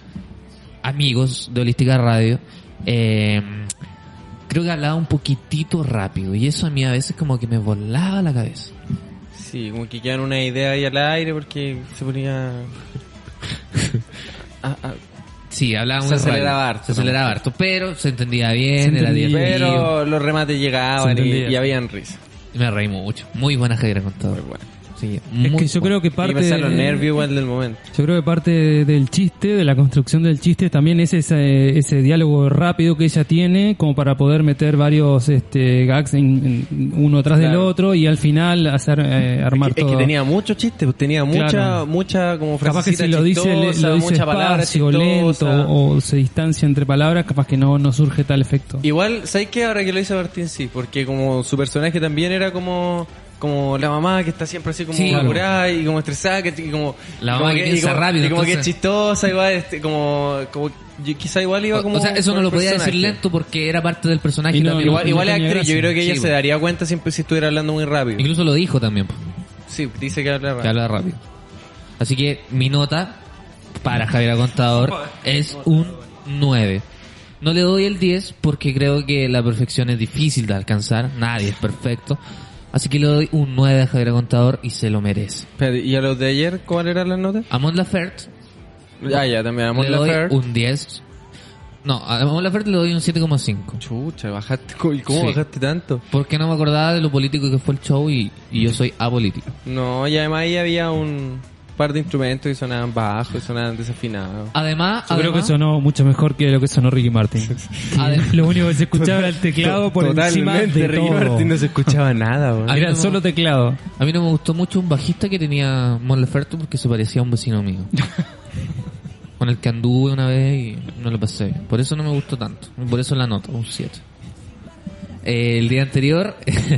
amigos de Holística Radio, eh, creo que hablaba un poquitito rápido y eso a mí a veces como que me volaba la cabeza. Sí, como que quedan una idea ahí al aire porque se ponía... Ah, ah, Sí, hablaba Se muy rápido. aceleraba harto, Se aceleraba harto, pero se entendía bien, Se era entendía. divertido. pero los remates llegaban Se y, entendía. y habían risa. Y Me reí mucho. Muy buena Javier Contador. Muy bueno. Sí, Es muy que yo buena. creo que Y parte. me salen los nervios igual del momento. Yo creo que parte del chiste, de la construcción del chiste, también es ese, ese diálogo rápido que ella tiene, como para poder meter varios este, gags en- en uno tras del Claro. otro y al final hacer eh, armar Es que, es todo. que tenía muchos chistes, pues, tenía mucha, Claro. mucha como capaz que frasecita si lo dice, le- chistosa, lo dice mucha palabra espacio, lento chistosa. o se distancia entre palabras, capaz que no, no surge tal efecto. Igual, ¿sabes qué? Ahora que lo hizo Martín, sí, porque como su personaje también era como como la mamá que está siempre así como Sí, claro. apurada y como estresada que y como La y como mamá que y piensa como- rápido, y como que entonces- es chistosa igual este, como como yo quizá igual iba O- como o sea, eso con no lo el podía decir personaje. lento porque era parte del personaje Y no, también. igual no igual es tenía actriz yo gracia. creo que ella Sí, se po. daría cuenta siempre si estuviera hablando muy rápido Incluso lo dijo también. po. sí dice que habla que rápido habla rápido. Así que mi nota para Javier Contador es un 9. No le doy el 10 porque creo que la perfección es difícil de alcanzar, nadie es perfecto. Así que le doy un 9 a Javier Contador y se lo merece. Espérate, y a los de ayer cuál eran las notas A Mon Laferte ah ya también a Mon le doy Laferte. un 10. No, a Mon Laferte le doy un 7,5. chucha bajaste ¿cómo cómo Sí. bajaste tanto Porque no me acordaba de lo político que fue el show y, y yo soy apolítico. no y además ahí había un par de instrumentos y sonaban bajos, y sonaban desafinados. Además, Yo creo que además- sonó mucho mejor que lo que sonó Ricky Martin. [LAUGHS] Adem- [LAUGHS] lo único que se escuchaba era el teclado por encima de Totalmente, Ricky todo. Martin no se escuchaba nada, weón. Ah, Era no. solo teclado. a mí no me gustó mucho un bajista que tenía Mon Laferte porque se parecía a un vecino [LAUGHS] mío. Con el que anduve una vez y no lo pasé. bien. Por eso no me gustó tanto. Por eso la nota, un 7. Eh, el día anterior... [LAUGHS]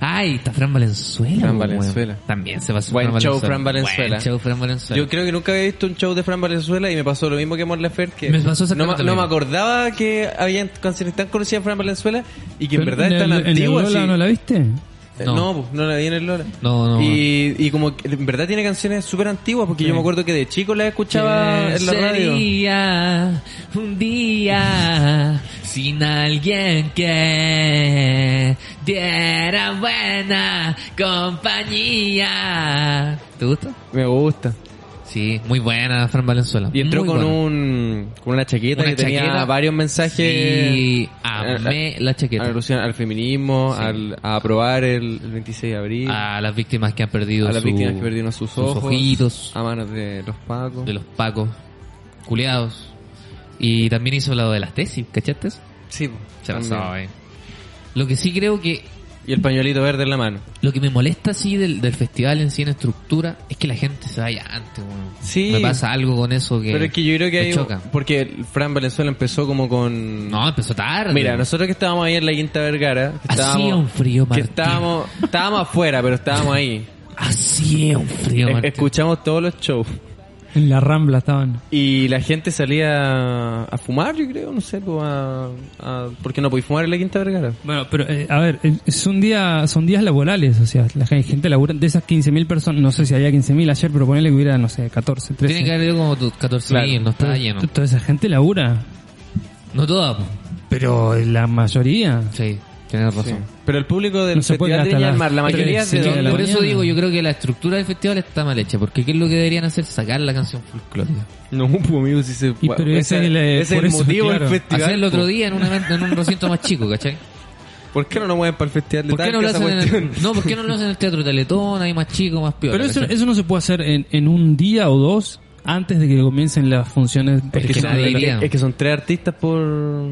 ¡Ay! Está Fran Valenzuela. Fran pues, weón. Valenzuela. También se pasó Buen show, Fran Buen Valenzuela. show, Fran Valenzuela. Yo creo que nunca había visto un show de Fran Valenzuela y me pasó lo mismo que Mon Laferte. que Me pasó no, exactamente lo ma- no me mismo. acordaba que había canciones tan conocidas de Fran Valenzuela y que en Pero verdad es tan el- en el antigua. Lola así. ¿No la viste? Eh, No. No, pues, no la vi en el Lola. No, no. Y, y como que en verdad tiene canciones súper antiguas porque yo me acuerdo que de chico la escuchaba en la radio. Sería un día sin alguien que diera buena compañía. ¿Te gusta? Me gusta. Sí, muy buena Fran Valenzuela. Y entró Muy con buena. un con una chaqueta Una que tenía chaqueta. varios mensajes Eh, Sí, amé la en chaqueta. alusión al feminismo, Sí. Ah. al, a aprobar el, el 26 de abril, a, A las víctimas que han perdido las su- víctimas que perdieron sus, ojos, Ah. ojitos, a manos de los pacos. de los pacos, culeados. Y también hizo lo de las tesis, ¿cachaste? eso? Sí, po, Se también. pasó, eh. Lo que sí creo que Y el pañuelito verde en la mano. Lo que me molesta así del, del festival en sí en estructura es que la gente se vaya antes, weón. Sí. Me pasa algo con eso que. Pero es que yo creo que me hay choca. porque el Fran Valenzuela empezó como con No, empezó tarde. Mira, nosotros que estábamos ahí en la Quinta Vergara, que Hacía estábamos, un frío, que Martín. estábamos, estábamos afuera, pero estábamos ahí. Así es un frío, E- Martín. Escuchamos todos los shows. En la Rambla estaban. Y la gente salía a fumar, yo creo, no sé, po, a- a- porque no podía fumar en la Quinta Vergara. Bueno, pero eh, a ver, eh, es un día, son días laborales, o sea, la gen- gente labura de esas 15.000 personas, no sé si había 15.000 ayer, pero ponele que hubiera, no sé, 14, 13. Tiene que haber ido como tu- 14 mil, no estaba Pero lleno. t- Toda esa gente labura, No toda, po. pero la mayoría. Sí, tienes razón. Pero el público del No se puede Festival de Viña hasta del las Mar, la mayoría es de tres, sí, dónde? la Por mañana. eso digo, yo creo que la estructura del festival está mal hecha, porque ¿qué es lo que deberían hacer? Sacar la canción folclórica. No, pues, amigo, si se Y pero ese es el, eh, ese por es el eso, motivo claro. del festival. Hacerlo otro po. día en un, evento- en un recinto más chico, ¿cachai? ¿Por qué no lo mueven para el Festival de ¿Por qué, no Talca lo esa hacen en cuestión? el, no, ¿Por qué no lo hacen en el teatro Teletón, ahí más chico, más peor? Pero eso, eso no se puede hacer en, en un día o dos antes de que comiencen las funciones. Es que son- nadie iría. es [LAUGHS] que son tres artistas por...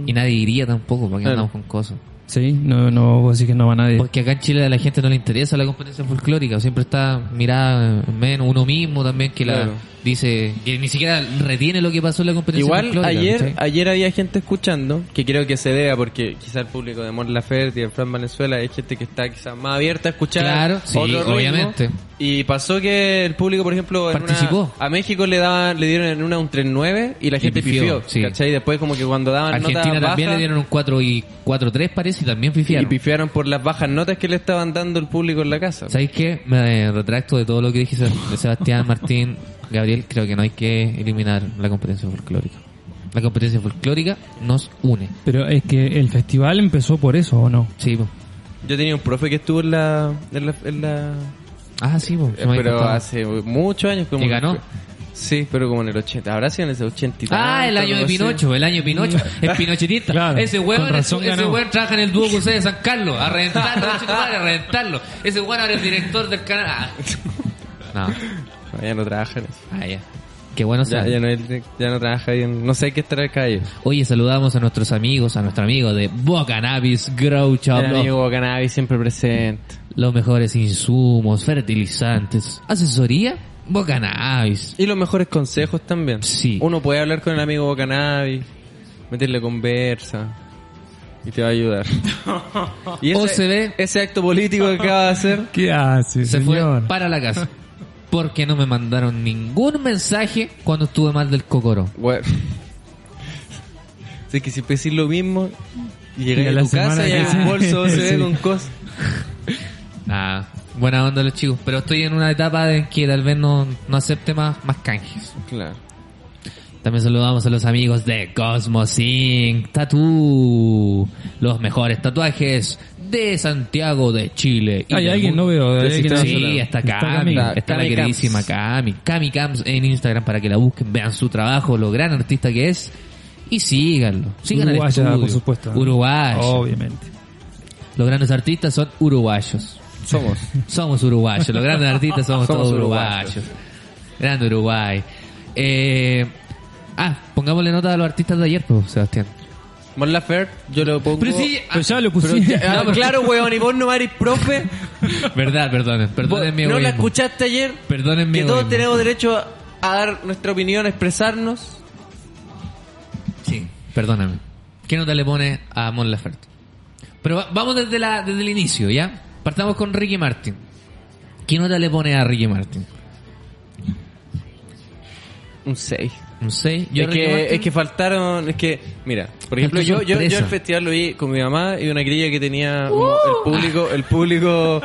Y nadie iría tampoco, porque Claro. andamos con cosas. Sí, no, no, vos decís que no va nadie. Porque acá en Chile a la gente no le interesa la competencia folclórica, siempre está mirada en menos uno mismo también que la Claro. dice que ni siquiera retiene lo que pasó en la competencia Igual folclórica. ayer ¿cachai? ayer había gente escuchando, que creo que se deba porque quizá el público de Mon Laferte y de Fran Venezuela es gente que está quizás más abierta a escuchar Claro, sí, otro ritmo. obviamente. Y pasó que el público, por ejemplo, en una- Participó. a México le daban le dieron en una un 3-9 y la Y gente pifió, pifió, sí. ¿cachai? Y después como que cuando daban Argentina notas también bajas, le dieron un 4 y 4-3 parece y también pifiaron. y pifiaron por las bajas notas que le estaban dando el público en la casa. ¿Sabéis qué? Me eh, retracto de todo lo que dije de [LAUGHS] Sebastián, Martín, Gabriel. Creo que no hay que eliminar la competencia folclórica. La competencia folclórica nos une. Pero es que el festival empezó por eso, ¿o no? Sí, po. Yo tenía un profe que estuvo en la en la, en la- Ah, sí, po. Se me había Eh, pero contado. hace muchos años como ¿Y ganó? Sí, pero como en el 80. Ahora sí en ese 80 y Ah, el tanto, año de algo así. Pinocho, el año de [LAUGHS] Pinocho, es pinochetista. Claro, ese con hueón ese razón ganó. hueón trabaja en el dúo Cusé de San Carlos, a reventarlo, conche tu madre, a reventarlo. Ese hueón ahora es director del canal. Ah. [LAUGHS] No, No, ya no trabaja en eso. ah, ya. Qué bueno Ya, saber. ya no, es- ya no trabaja ahí en- No sé qué estará acá ellos. Oye, saludamos a nuestros amigos, a nuestro amigo de Bocanabis Grow Shop, El los- amigo cannabis siempre presente. los mejores insumos, fertilizantes, asesoría, Bocanabis. Y los mejores consejos también. Sí. Uno puede hablar con el amigo cannabis, meterle conversa. Y te va a ayudar. y ese, OCB. ese acto político que acaba de hacer. ¿Qué hace, Se fue para la casa. Porque no me mandaron ningún mensaje cuando estuve mal del cocoro. Bueno. Sé que siempre decís lo mismo. Y llegas Y a a, la tu casa semana y hay que un bolso [LAUGHS] sí. OCB con cosas. Ah, buena onda los chicos, pero estoy en una etapa de que tal vez no, no acepte más, más canjes. Claro. También saludamos a los amigos de Cosmos Inc. Tattoo, los mejores tatuajes de Santiago de Chile. y Hay del alguien, mundo. no veo. hay Sí, alguien, no veo. Sí, está Cami, Cami. está, la Cami queridísima Cami. Cami Camps en Instagram para que la busquen, vean su trabajo, lo gran artista que es y síganlo. Sigan al Uruguaya, estudio. por supuesto. Oh. Uruguaya. Obviamente. Los grandes artistas son uruguayos. Somos. Somos uruguayos, los grandes artistas somos, [LAUGHS] Somos todos uruguayos. uruguayos. Grande Uruguay. Eh, ah, pongámosle nota a los artistas de ayer, pues, Sebastián. Mon Laferte, yo lo pongo. Pero sí, Pero ya lo Pero pusiste. [LAUGHS] ya- ah, claro, weón, y vos no eres profe. Verdad, perdonen, Vos perdonen mi no la egoísmo. escuchaste ayer. Perdonen mi Que todos egoísmo. tenemos derecho a, a dar nuestra opinión, a expresarnos. Sí, perdóname. ¿Qué nota le pone a Mon Laferte? Pero va- vamos desde, la, desde el inicio, ¿ya? Partamos con Ricky Martin. ¿Qué nota le pone a Ricky Martin? Un 6. ¿Un 6? Es que, es que faltaron, es que, mira, por ejemplo, Tanto yo, yo, yo sorpresa. ¡Uh! el festival lo vi con mi mamá y una grilla que tenía como el público, el público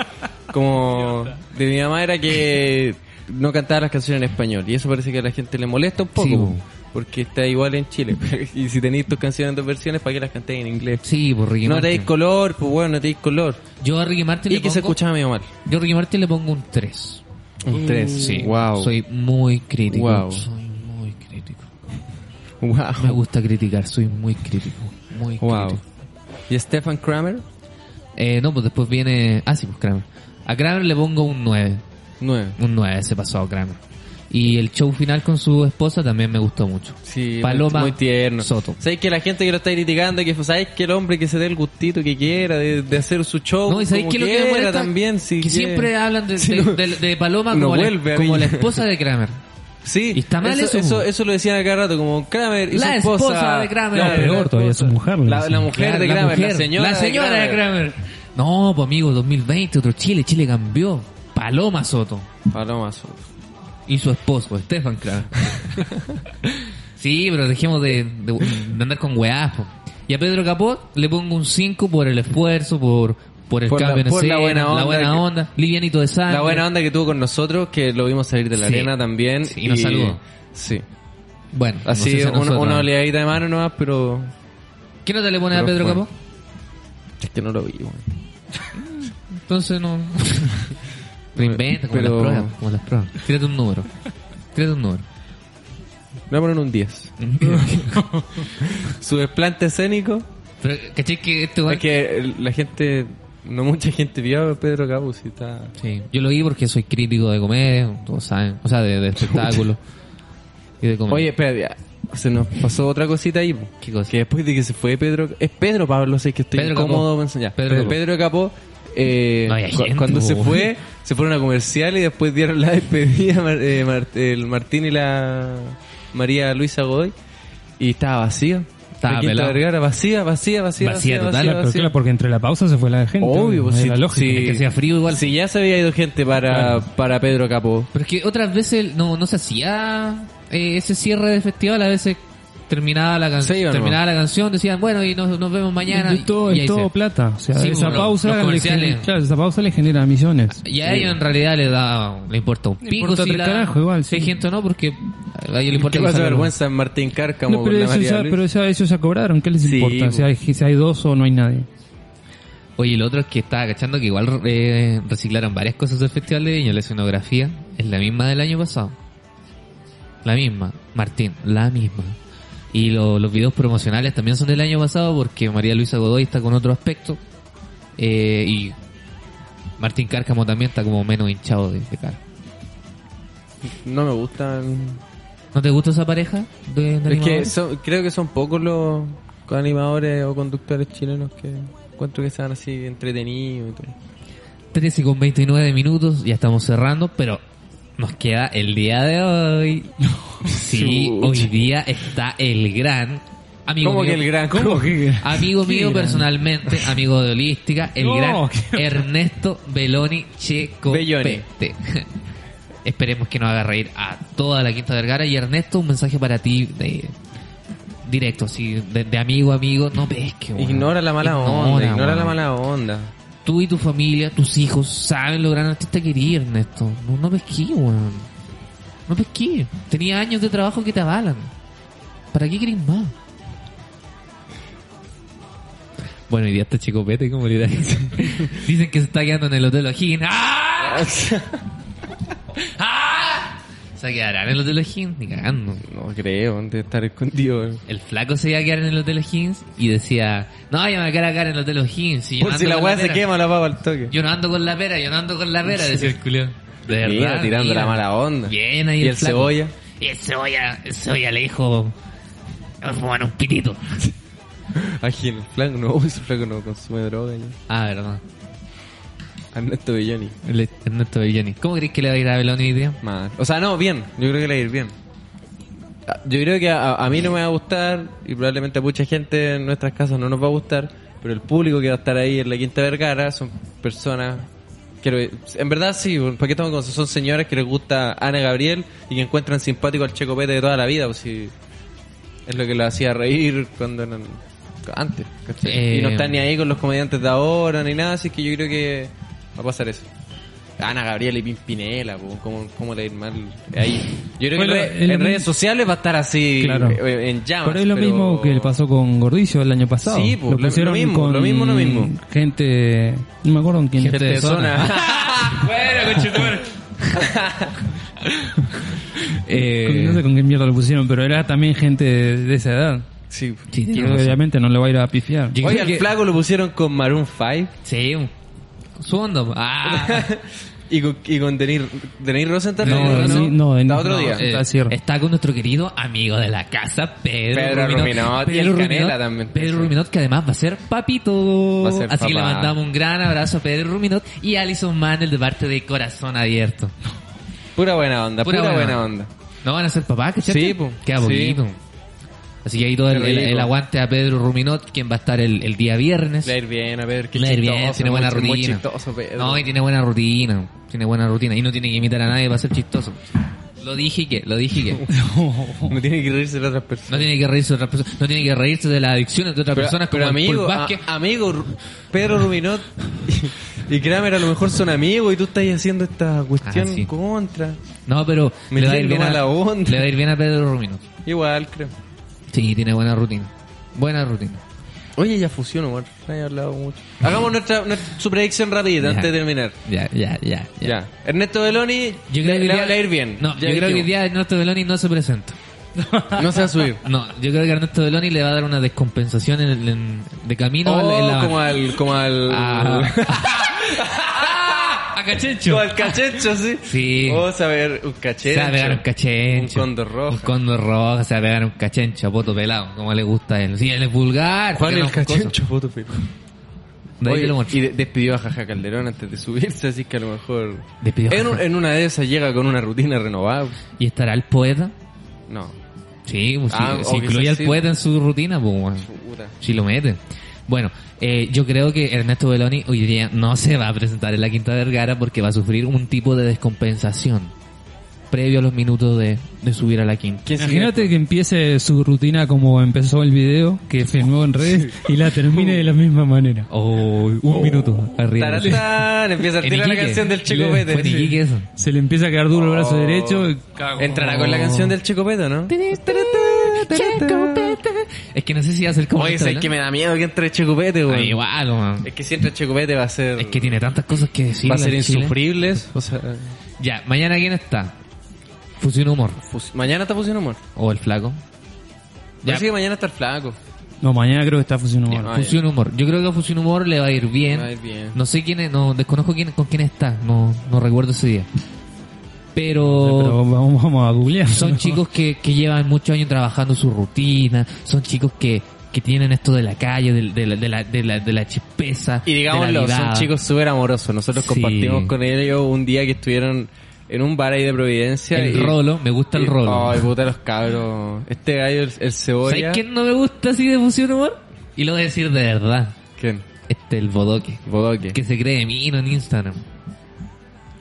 como de mi mamá era que no cantaba las canciones en español y eso parece que a la gente le molesta un poco Sí, po. porque está igual en Chile [LAUGHS] y si tenéis tus canciones en dos versiones, ¿para qué las cantéis en inglés? Sí, por Ricky no Martin. tenéis color, pues bueno, no tenéis color. Yo a Ricky Martin Y le que se pongo- escuchaba medio mal. Yo a Ricky Martin le pongo un 3. Un 3, Sí. Eh, wow. Soy muy crítico. Wow. Soy muy crítico. Me wow. gusta criticar, soy muy crítico. Muy Wow. crítico. ¿Y Stefan Kramer? Eh, no, pues después viene... Ah, sí, pues Kramer. A Kramer le pongo un 9. 9. Un 9 se pasó a Kramer. Y el show final con su esposa también me gustó mucho. Sí, Paloma muy, muy tierno. Soto. Sabéis que la gente que lo está criticando, que sabéis que el hombre que se dé el gustito que quiera de, de hacer su show, No, y sabéis como que lo que me quiera molesta también, si que quiere. siempre hablan de, [LAUGHS] Si de- no- de- de Paloma no como, vuelve la, a como la Viña. esposa de Kramer. [LAUGHS] Sí, ¿Y está mal eso, eso, po? eso, eso lo decían a cada rato como Kramer y La su esposa, esposa de Kramer. Claro, No, peor la todavía, esposa. su mujer lo la, decían. la mujer Claro, de Kramer, la, mujer, señora, la señora de, Kramer. Kramer. No, pues amigo, 2020, otro Chile, Chile cambió. Paloma Soto Paloma Soto. y su esposo, Estefan Kramer. [LAUGHS] sí, pero dejemos de, de- de andar con weás. po. Y a Pedro Capó le pongo un 5 por el esfuerzo, por, por el Por la- cambio en por la escena, buena la onda buena que- onda, livianito de sangre. La buena onda que tuvo con nosotros, que lo vimos salir de la Sí. arena también. Sí, y nos saludó. Sí. Bueno, no sé Así, si a una, nosotros, una ¿no? oleadita de mano nomás, pero ¿Qué nota le pone a Pero Pedro fue. Capó? es que no lo vi, weón. Entonces [LAUGHS] no. Reinventa, como Pero- las pruebas. Como las pruebas. Tírate un número. Tírate un número. Le voy a poner un 10. [LAUGHS] Su desplante escénico. Pero, ¿cachai que este weón- Es que el- la gente, no mucha gente vio a Pedro Capus y está. Sí, yo lo vi porque soy crítico de comedia, todos saben. O sea, de, de espectáculos. [LAUGHS] y de comedia. Oye, espera, ya. se nos pasó otra cosita ahí. po. ¿Qué cosa? Que después de que se fue Pedro. Es Pedro Pablo, sé que estoy Pedro incómodo Capó. pensando. ya. Pedro Pero Capó. Pedro Capó. eh, No había cu- gente, cuando po, se weón. fue, se fueron a comercial y después dieron la despedida Mar- eh, Mar- el Martín y la María Luisa Godoy. Y estaba vacío. Estaba La Quinta pelado. Vergara, vacía, vacía, vacía. Vacía [LAUGHS] total, Claro, pero claro, porque entre la pausa se fue la gente. ah, Obvio, pues, es si- la lógica. si- Es que hacía frío igual. Si ya se había ido gente para, para Pedro Capó. Pero es que otras veces no, no se hacía eh, ese cierre de festival, a veces terminaba la Se canción, iba terminaba la canción, decían, bueno, y nos, nos vemos mañana. Y todo, y es ahí todo se- plata. O sea, Sí, esa, bueno, los pausa le comerciales. genera, claro, esa pausa le genera millones. Y a ellos en realidad le da, le importa un Le pico importa si tres la- carajos igual, si hay sí. gente o no, porque a ellos le importa ¿Qué que pasa salga. vergüenza en Martín Cárcamo No, con pero, la eso María ya, Luisa? pero ya- ellos ya cobraron, ¿qué les Sí, importa? Si po. hay, si hay dos o no hay nadie. Oye, lo otro es que estaba cachando que igual eh, reciclaron varias cosas del Festival de Viña. La escenografía es la misma del año pasado. La misma, Martín, la misma. Y lo- los videos promocionales también son del año pasado porque María Luisa Godoy está con otro aspecto. eh, y Martín Cárcamo también está como menos hinchado de, de cara. No me gustan. ¿No te gusta esa pareja? De, de Es que animadores? son- creo que son pocos los animadores o conductores chilenos que encuentro que sean así entretenidos y todo. 13 con 29 minutos, ya estamos cerrando, pero nos queda el día de [LAUGHS] hoy. Sí, Chucha. hoy día está el gran amigo ¿Cómo mío. que el gran? Ah, ¿Cómo que- Amigo ¿Qué mío gran? personalmente, amigo de Holística, el No, gran qué- Ernesto Beloni Checopete. [LAUGHS] Esperemos que nos haga reír a toda la Quinta Vergara. Y Ernesto, un mensaje para ti de, directo, así, de, de amigo a amigo. No pesque, weón. Ignora la mala onda, ignora la weón mala onda. tú y tu familia, tus hijos, saben lo gran artista que eres, Ernesto. No, no pesquí, weón. No pesquí. Tenía años de trabajo que te avalan. ¿Para qué querés más? Bueno, y ya está Chicopete, como le dicen. [LAUGHS] Dicen que se está quedando en el Hotel O'Higgins. ¡Ah! [LAUGHS] ¡Ah! Se quedará en el Hotel O'Higgins, ni cagando. No creo, de estar escondido. El flaco se iba a quedar en el Hotel O'Higgins y decía, no, yo me voy a quedar acá en el Hotel O'Higgins. yo Por ando si la con weá se pera". quema, la pago al toque. Yo no ando con la pera, yo no ando con la pera, decía el culiao. De verdad. Mira, tirando mira. la mala onda. Bien ahí Y el flaco. cebolla. Y el cebolla, el cebolla le dijo, vamos a fumar un pitito. Aquí en el flanco no, [LAUGHS] ese flanco no consume droga. ya. [LAUGHS] Ah, verdad. Ernesto Villoni. El Ernesto Belloni. ¿Cómo crees que le va a ir a Beloni hoy día? Mal. O sea, no, bien. Yo creo que le va a ir bien. Ah, Yo creo que a, a mí no me va a gustar y probablemente a mucha gente en nuestras casas no nos va a gustar, pero el público que va a estar ahí en la Quinta Vergara son personas... Quiero, en verdad sí, ¿para qué estamos con eso? Son señoras que les gusta Ana Gabriel y que encuentran simpático al Checo Pérez de toda la vida. Pues, sí. es lo que lo hacía reír cuando eran- antes. ¿cachai? Eh. Y no están ni ahí con los comediantes de ahora ni nada, así que yo creo que va a pasar eso. Ana Gabriel y Pimpinela, po, ¿cómo, cómo le ir mal ahí? Yo creo Bueno, que en re- es lo en, mismo. redes sociales va a estar así Claro. eh, en llamas. Pero es lo mismo que le pasó con Gordillo el año pasado. Sí, pues, lo- pusieron lo mismo, lo mismo, lo mismo. Gente, no me acuerdo en quién. Ah, Gente de zona. bueno, conchetumare. Eh, No sé con qué mierda lo pusieron, pero era también gente de, de esa edad. [LAUGHS] sí. sí, Que tiene razón. obviamente no le va a ir a pifiar. Yo [LAUGHS] Oye, creo al que- flaco lo pusieron con Maroon [LAUGHS] 5 Sí, un- su onda. [LAUGHS] Ah, y con, y con Denis, Denis Rosenthal. No, ¿no? Denis- no, Denis- Hasta otro no, día. eh, está, cierto. con nuestro querido amigo de la casa, Pedro, Pedro Ruminot y el Pedro Canela Ruminot, también. Pedro Ruminot, que además va a ser papito. Va a ser Así que le papá. mandamos un gran abrazo a Pedro Ruminot y a Alison Manel de parte de Corazón Abierto. Pura buena onda, pura, buena, onda. No van a ser papás, ¿cachai? Sí, po. Queda Sí. poquito. Así que ahí todo el, Qué el- rico. el aguante a Pedro Ruminot, quien va a estar el, el día viernes. Le va a ir bien, a ver. qué Le va a ir bien, chistoso, tiene buena muy- muy rutina. chistoso, Pedro. No, y tiene buena rutina. Tiene buena rutina. Y no tiene que imitar a nadie para ser chistoso. Lo dije que, lo dije [LAUGHS] que. No tiene que reírse de otras personas. No tiene que reírse de otra persona, no tiene que reírse de las adicciones de otras personas como el Paul amigo, ah, a- Vázquez. amigo, Ru- Pedro Rubinot y Kramer a lo mejor son amigos y tú estás haciendo esta cuestión Ah, sí. contra. No, pero Me le va a ir tiene bien a, mala onda. le va a ir bien a Pedro Rumino. Igual, creo. Sí, tiene buena rutina. Buena rutina. Oye, ya fusiono, Omar. No he hablado mucho. Hagamos nuestra, nuestra- su predicción rápida Ya. antes de terminar. Ya, ya, ya, ya. Ya. Ernesto Beloni Yo creo le, que le hoy va día- a ir bien. No, yo Ya creo que el dijimos. día de Ernesto Beloni no se [LAUGHS] presenta. no se va [LAUGHS] a subir. No, yo creo que Ernesto Beloni le va a dar una descompensación en el- en- de camino al- Oh, en la- como al como al [LAUGHS] Ah. [LAUGHS] a como Cachencho. al cachecho, sí. Sí. Vamos a ver un Se cachecho. va a pegar un cachencho. Un cóndor rojo. Un cóndor rojo, se va a pegar un cachencho a poto pelado, como le gusta a él. Sí, él es vulgar. ¿Cuál porque es no el es jocoso. cachecho? Foto, pero- De ahí Oye, que lo y muestro. de- despidió a Jaja Calderón antes de subirse, así que a lo mejor... Despidió a en, un- Jaja. en una de esas llega con una rutina renovada. ¿Y estará el poeta? No. Sí, pues, Ah, si, o si quizás incluye al sí. poeta en su rutina, pues bueno, Puta. si lo mete. Bueno, eh, yo creo que Ernesto Beloni hoy día no se va a presentar en la Quinta Vergara porque va a sufrir un tipo de descompensación previo a los minutos de, de subir a la Quinta. ¿Quién sigue? Imagínate que empiece su rutina como empezó el video, que filmó en redes y la termine de la misma manera. O un minuto arriba. Taratán, empieza a En tirar Oh. la Iquique. canción del Chico Le- Pete. Fue en sí. Iquique eso. Se le empieza a quedar duro el brazo derecho. y cago. Entrará Oh. con la canción del Chico Pete, ¿no? Es que no sé si va a ser como Oye, Ernesto es que me Beloni. da miedo que entre el Chico Pete, Ah, güey. Igual, man. Es que si entra el Chico Pete va a ser... Es que tiene tantas cosas que decir. va a ser en Chile. insufribles. O sea... Ya, mañana quién está? Fusión Humor. fus- Mañana está Fusión Humor. O el flaco. Ya. Parece que mañana está el flaco. No, mañana creo que está funcionando. Ya, mal. Pues no. Fusión Humor. Yo creo que a Fusión Humor le va a ir bien. Va a ir bien. No sé quién es, no, desconozco quién, con quién está. No, no recuerdo ese día. Pero, Pero vamos, vamos a googlear. son [LAUGHS] ¿no? chicos que, que llevan muchos años trabajando su rutina. Son chicos que, que tienen esto de la calle, de, de la, de, la, de, la, de la chispeza. Y digámoslo, de la son vivada. chicos súper amorosos. Nosotros Sí. compartimos con ellos un día que estuvieron en un bar ahí de Providencia. El y- rolo, me gusta el y- rolo. Ay, puta los cabros. Este gallo, el, el cebolla. ¿Sabes quién no me gusta así de Fusión Humor? Y lo voy a decir de verdad. ¿Quién? Este, el bodoque. Bodoque. Que se cree mino en Instagram.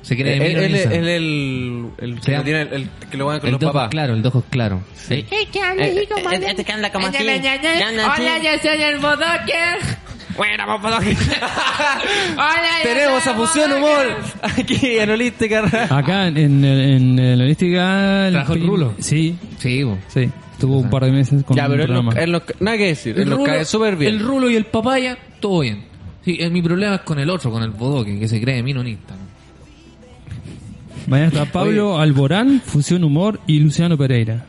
Se cree Eh, Él mino en él- Instagram. él- él- el, Se que llama- tiene el- el que lo van con El los de ojos papás. claros, el de ojos claros. Sí. Eh, este Hola, yo soy el bodoque. Hola, yo Tenemos soy a el Fusión bodoque. Humor aquí en Holística Ah, Radio. Acá en, en, en, en la holística... Trajo el prim- rulo. Sí, Sí, bo. sí. Estuvo un par de meses con Ya, un pero él, programa. nos- él nos- nada que decir, él nos rulo- cae súper bien. el rulo y el papaya, todo bien. Sí, eh, mi problema es con el otro, con el bodoque, que se cree mino en Instagram. Mañana está Pablo Alborán, Fusión Humor y Luciano Pereira.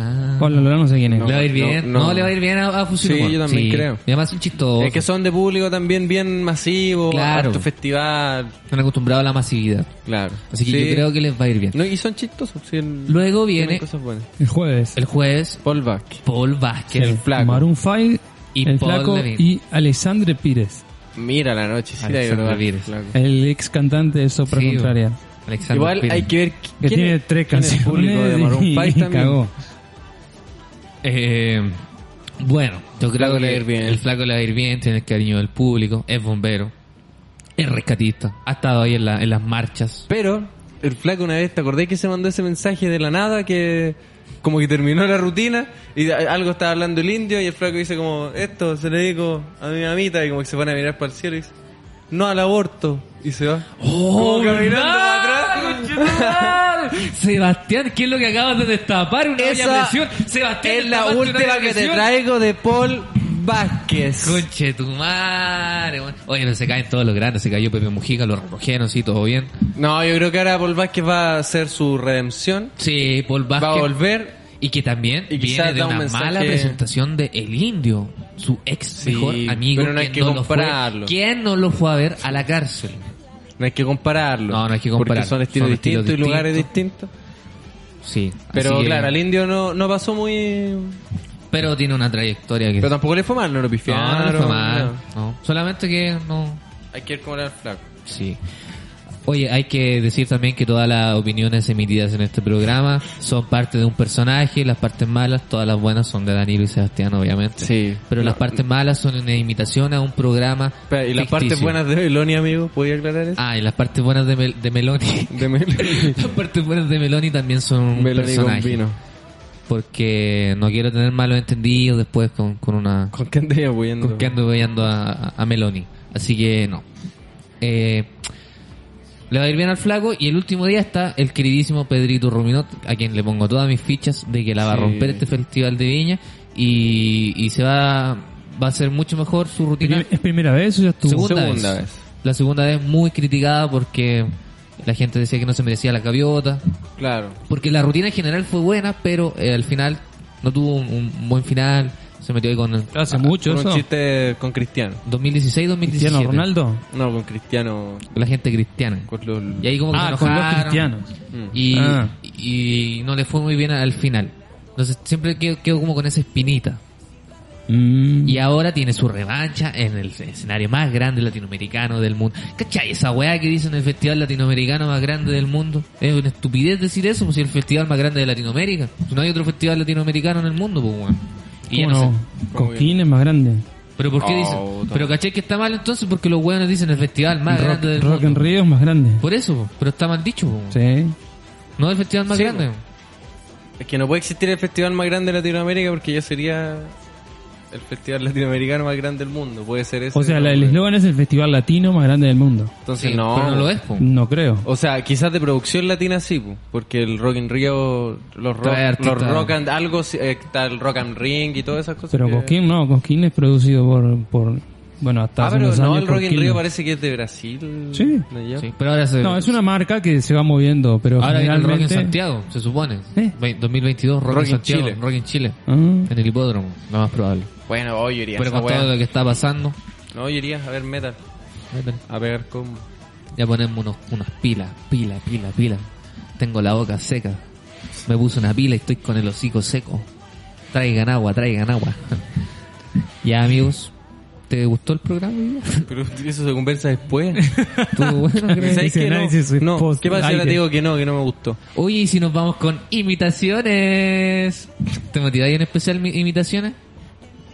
Ah, Pablo Lorán no sé quién es. le va a ir bien. no, No, no. le va a ir bien a, a Fusilomón. Sí, yo también creo. Y además son chistosos. Es que son de público también bien masivo, Claro. harto festival, Están acostumbrados a la masividad. claro. Así que Sí. yo creo que les va a ir bien. No, y son chistosos. sí, el- Luego tienen viene cosas buenas. El jueves. el jueves Paul Bach. Paul Vázquez. El flaco. Maroon 5, Y el Paul flaco Levine. y Alexandre Pires, Mira la noche, sí, Alexander la verdad, Pires. claro. el ex cantante de Sopra Sí, Contraria. Alexander Igual Pires. hay que ver Que quién tiene es- tres quién es canciones. público de Maroon [LAUGHS] y 5 también. cagó. Eh, bueno, yo creo Flaco que le va a ir bien. el flaco le va a ir bien, tiene el cariño del público, es bombero, es rescatista, ha estado ahí en, la- en las marchas. Pero el flaco una vez, ¿te acordás que se mandó ese mensaje de la nada que como que terminó la rutina y a- algo estaba hablando el indio y el flaco dice como esto se le digo a mi mamita y como que se van a mirar para el cielo y dice no al aborto y se va. ¡Oh, Como caminando para atrás. [LAUGHS] Sebastián, ¿qué es lo que acabas de destapar? Una olla a Esa presión. Sebastián, es la destapaste una olla última a que te presión. traigo de Paul Vázquez. Conche tu madre, weón. Oye, no se caen todos los grandes, se cayó Pepe Mujica, los relojeros, sí, todo bien. No, yo creo que ahora Paul Vázquez va a hacer su redención, Sí, Paul Vázquez. va a volver Y que también Y viene quizás de da un una mensaje- mala presentación de El Indio, su ex mejor amigo. pero no hay quien que lo fue- compararlo. ¿Quién no lo fue a ver a la cárcel? No hay que compararlo. No, no hay que compararlo. Porque son estilos Son distintos estilos y lugares distintos. Sí. Pero así que- claro, al indio no, no pasó muy. Pero tiene una trayectoria que... Pero tampoco le fue mal, no lo no, pifiaron. no le fue mal. no. no. Solamente que no... Hay que ir como era el flaco. Sí. Oye, hay que decir también que todas las opiniones emitidas en este programa son parte de un personaje, las partes malas, todas las buenas son de Danilo y Sebastián, obviamente. Sí. Pero las partes malas son una imitación a un programa. Espera, y las partes ficticio. buenas de Meloni, amigo, ¿podía aclarar eso? Ah, y las partes buenas de, Mel- de Meloni. [LAUGHS] De Meloni. las partes buenas de Meloni también son un [LAUGHS] Meloni con personaje. vino. Porque no quiero tener malos entendidos después con, con una. ¿Con qué andé apoyando? con que ando apoyando a, a Meloni. Así que no. Eh, le va a ir bien al flaco. Y el último día está el queridísimo Pedrito Ruminot, a quien le pongo todas mis fichas de que la va a Sí. romper este festival de viña. Y, y se va, va a ser mucho mejor su rutina. ¿Es primera vez o ya estuvo? Segunda, segunda vez. vez. La segunda vez muy criticada porque la gente decía que no se merecía la gaviota. Claro. Porque la rutina en general fue buena, pero eh, al final no tuvo un, un buen final. Se metió ahí con Hace mucho Con eso. un chiste con Cristiano. 2016-2017. Ah, Cristiano Ronaldo. No, con Cristiano. La gente cristiana. Con los- Y ahí como que Ah, se con los enojaron cristianos. Y, Ah. y no le fue muy bien al final. Entonces siempre quedo, quedo como con esa espinita. Mm. Y ahora tiene su revancha en el escenario más grande latinoamericano del mundo. ¿Cachai? Esa weá que dicen el festival latinoamericano más grande del mundo. Es una estupidez decir eso, pues si el festival más grande de Latinoamérica. No hay otro festival latinoamericano en el mundo, pues weón. Y ya ¿Cómo no sé. no? Cosquín es más grande. Pero ¿por qué Oh, dicen? puta. Pero ¿cachai que está mal entonces? Porque los weones dicen el festival más Rock, grande del Rock en mundo. Río es más grande. Por eso, po. pero está mal dicho, po. Sí. pues. No el festival más Sí, grande. Es que no puede existir el festival más grande de Latinoamérica porque ya sería el festival [LAUGHS] latinoamericano más grande del mundo. Puede ser ese. O sea, la- el ¿no? eslogan es el festival latino más grande del mundo. Entonces Sí, no. Pero no lo es, po. No creo. O sea, quizás de producción latina sí, pu, porque el Rock in Rio, los rock, Trae artistas. los rock and algo, sí, eh, está el Rock and Ring y todas esas cosas. Pero que- Cosquín no, Cosquín es producido por. por bueno, hasta Ah, hace pero unos no, años el Rock in Cosquín Rio no. parece que es de Brasil. Sí. ¿no es ya? Sí, pero ahora se... No, es una marca que se va moviendo, pero Ahora viene el Rock en generalmente- Santiago, se supone. ¿Eh? Ve- 2022 Rock, Rock en en Santiago, Chile. Rock en Chile. Ah. En el hipódromo, lo más probable. Bueno, hoy yo iría a Pero esa con todo wea. lo que está pasando, No, yo iría a ver metal. A ver cómo. ya ponemos unos, unas pilas, pila, pila, pila. Tengo la boca seca. Me puse una pila y estoy con el hocico seco. Traigan agua, traigan agua. [LAUGHS] ya, amigos, ¿te gustó el programa? hoy [LAUGHS] día? Pero eso se conversa después. Estuvo bueno, creo. ¿Sabes Ese qué? análisis es No, no. post- ¿qué pasa si ahora aire. te digo que no, que no me gustó? Oye, y si nos vamos con imitaciones. ¿Te motiváis en especial mi- imitaciones?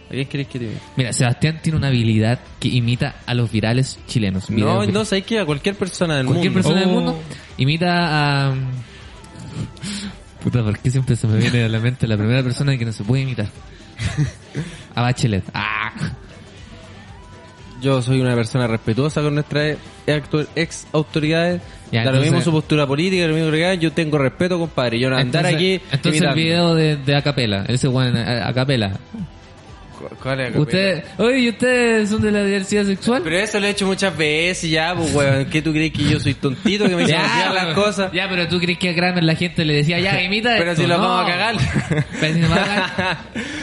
¿A quién querés que te diga? Mira, Sebastián tiene una habilidad que imita a los virales chilenos. No, Videos- no, ¿sabes qué? A cualquier persona del Cualquier mundo. persona del Oh. mundo imita a... um, Puta, ¿por qué siempre se me viene a la mente la primera persona que no se puede [LAUGHS] imitar? A Bachelet. Ah. Yo soy una persona respetuosa con nuestras actu- ex autoridades. Ya, Da lo entonces- mismo su postura política, lo mismo que haga, yo tengo respeto, compadre. Yo no andar Entonces- aquí Entonces el imitando. video de, de Acapela, ese weón, a- Acapela. ¿Cuál es la Ustedes, oye, ¿y ustedes son de la diversidad sexual? Pero eso lo he hecho muchas veces ya, pues, weón. ¿Qué tú crees que yo soy tontito [LAUGHS] que me dicen olvidar las pero- cosas? pues, Ya, pero tú crees que a Kramer la gente le decía, [LAUGHS] ya, imita Pero esto. si los No. vamos a cagar. Pero si nos vamos a [LAUGHS] cagar.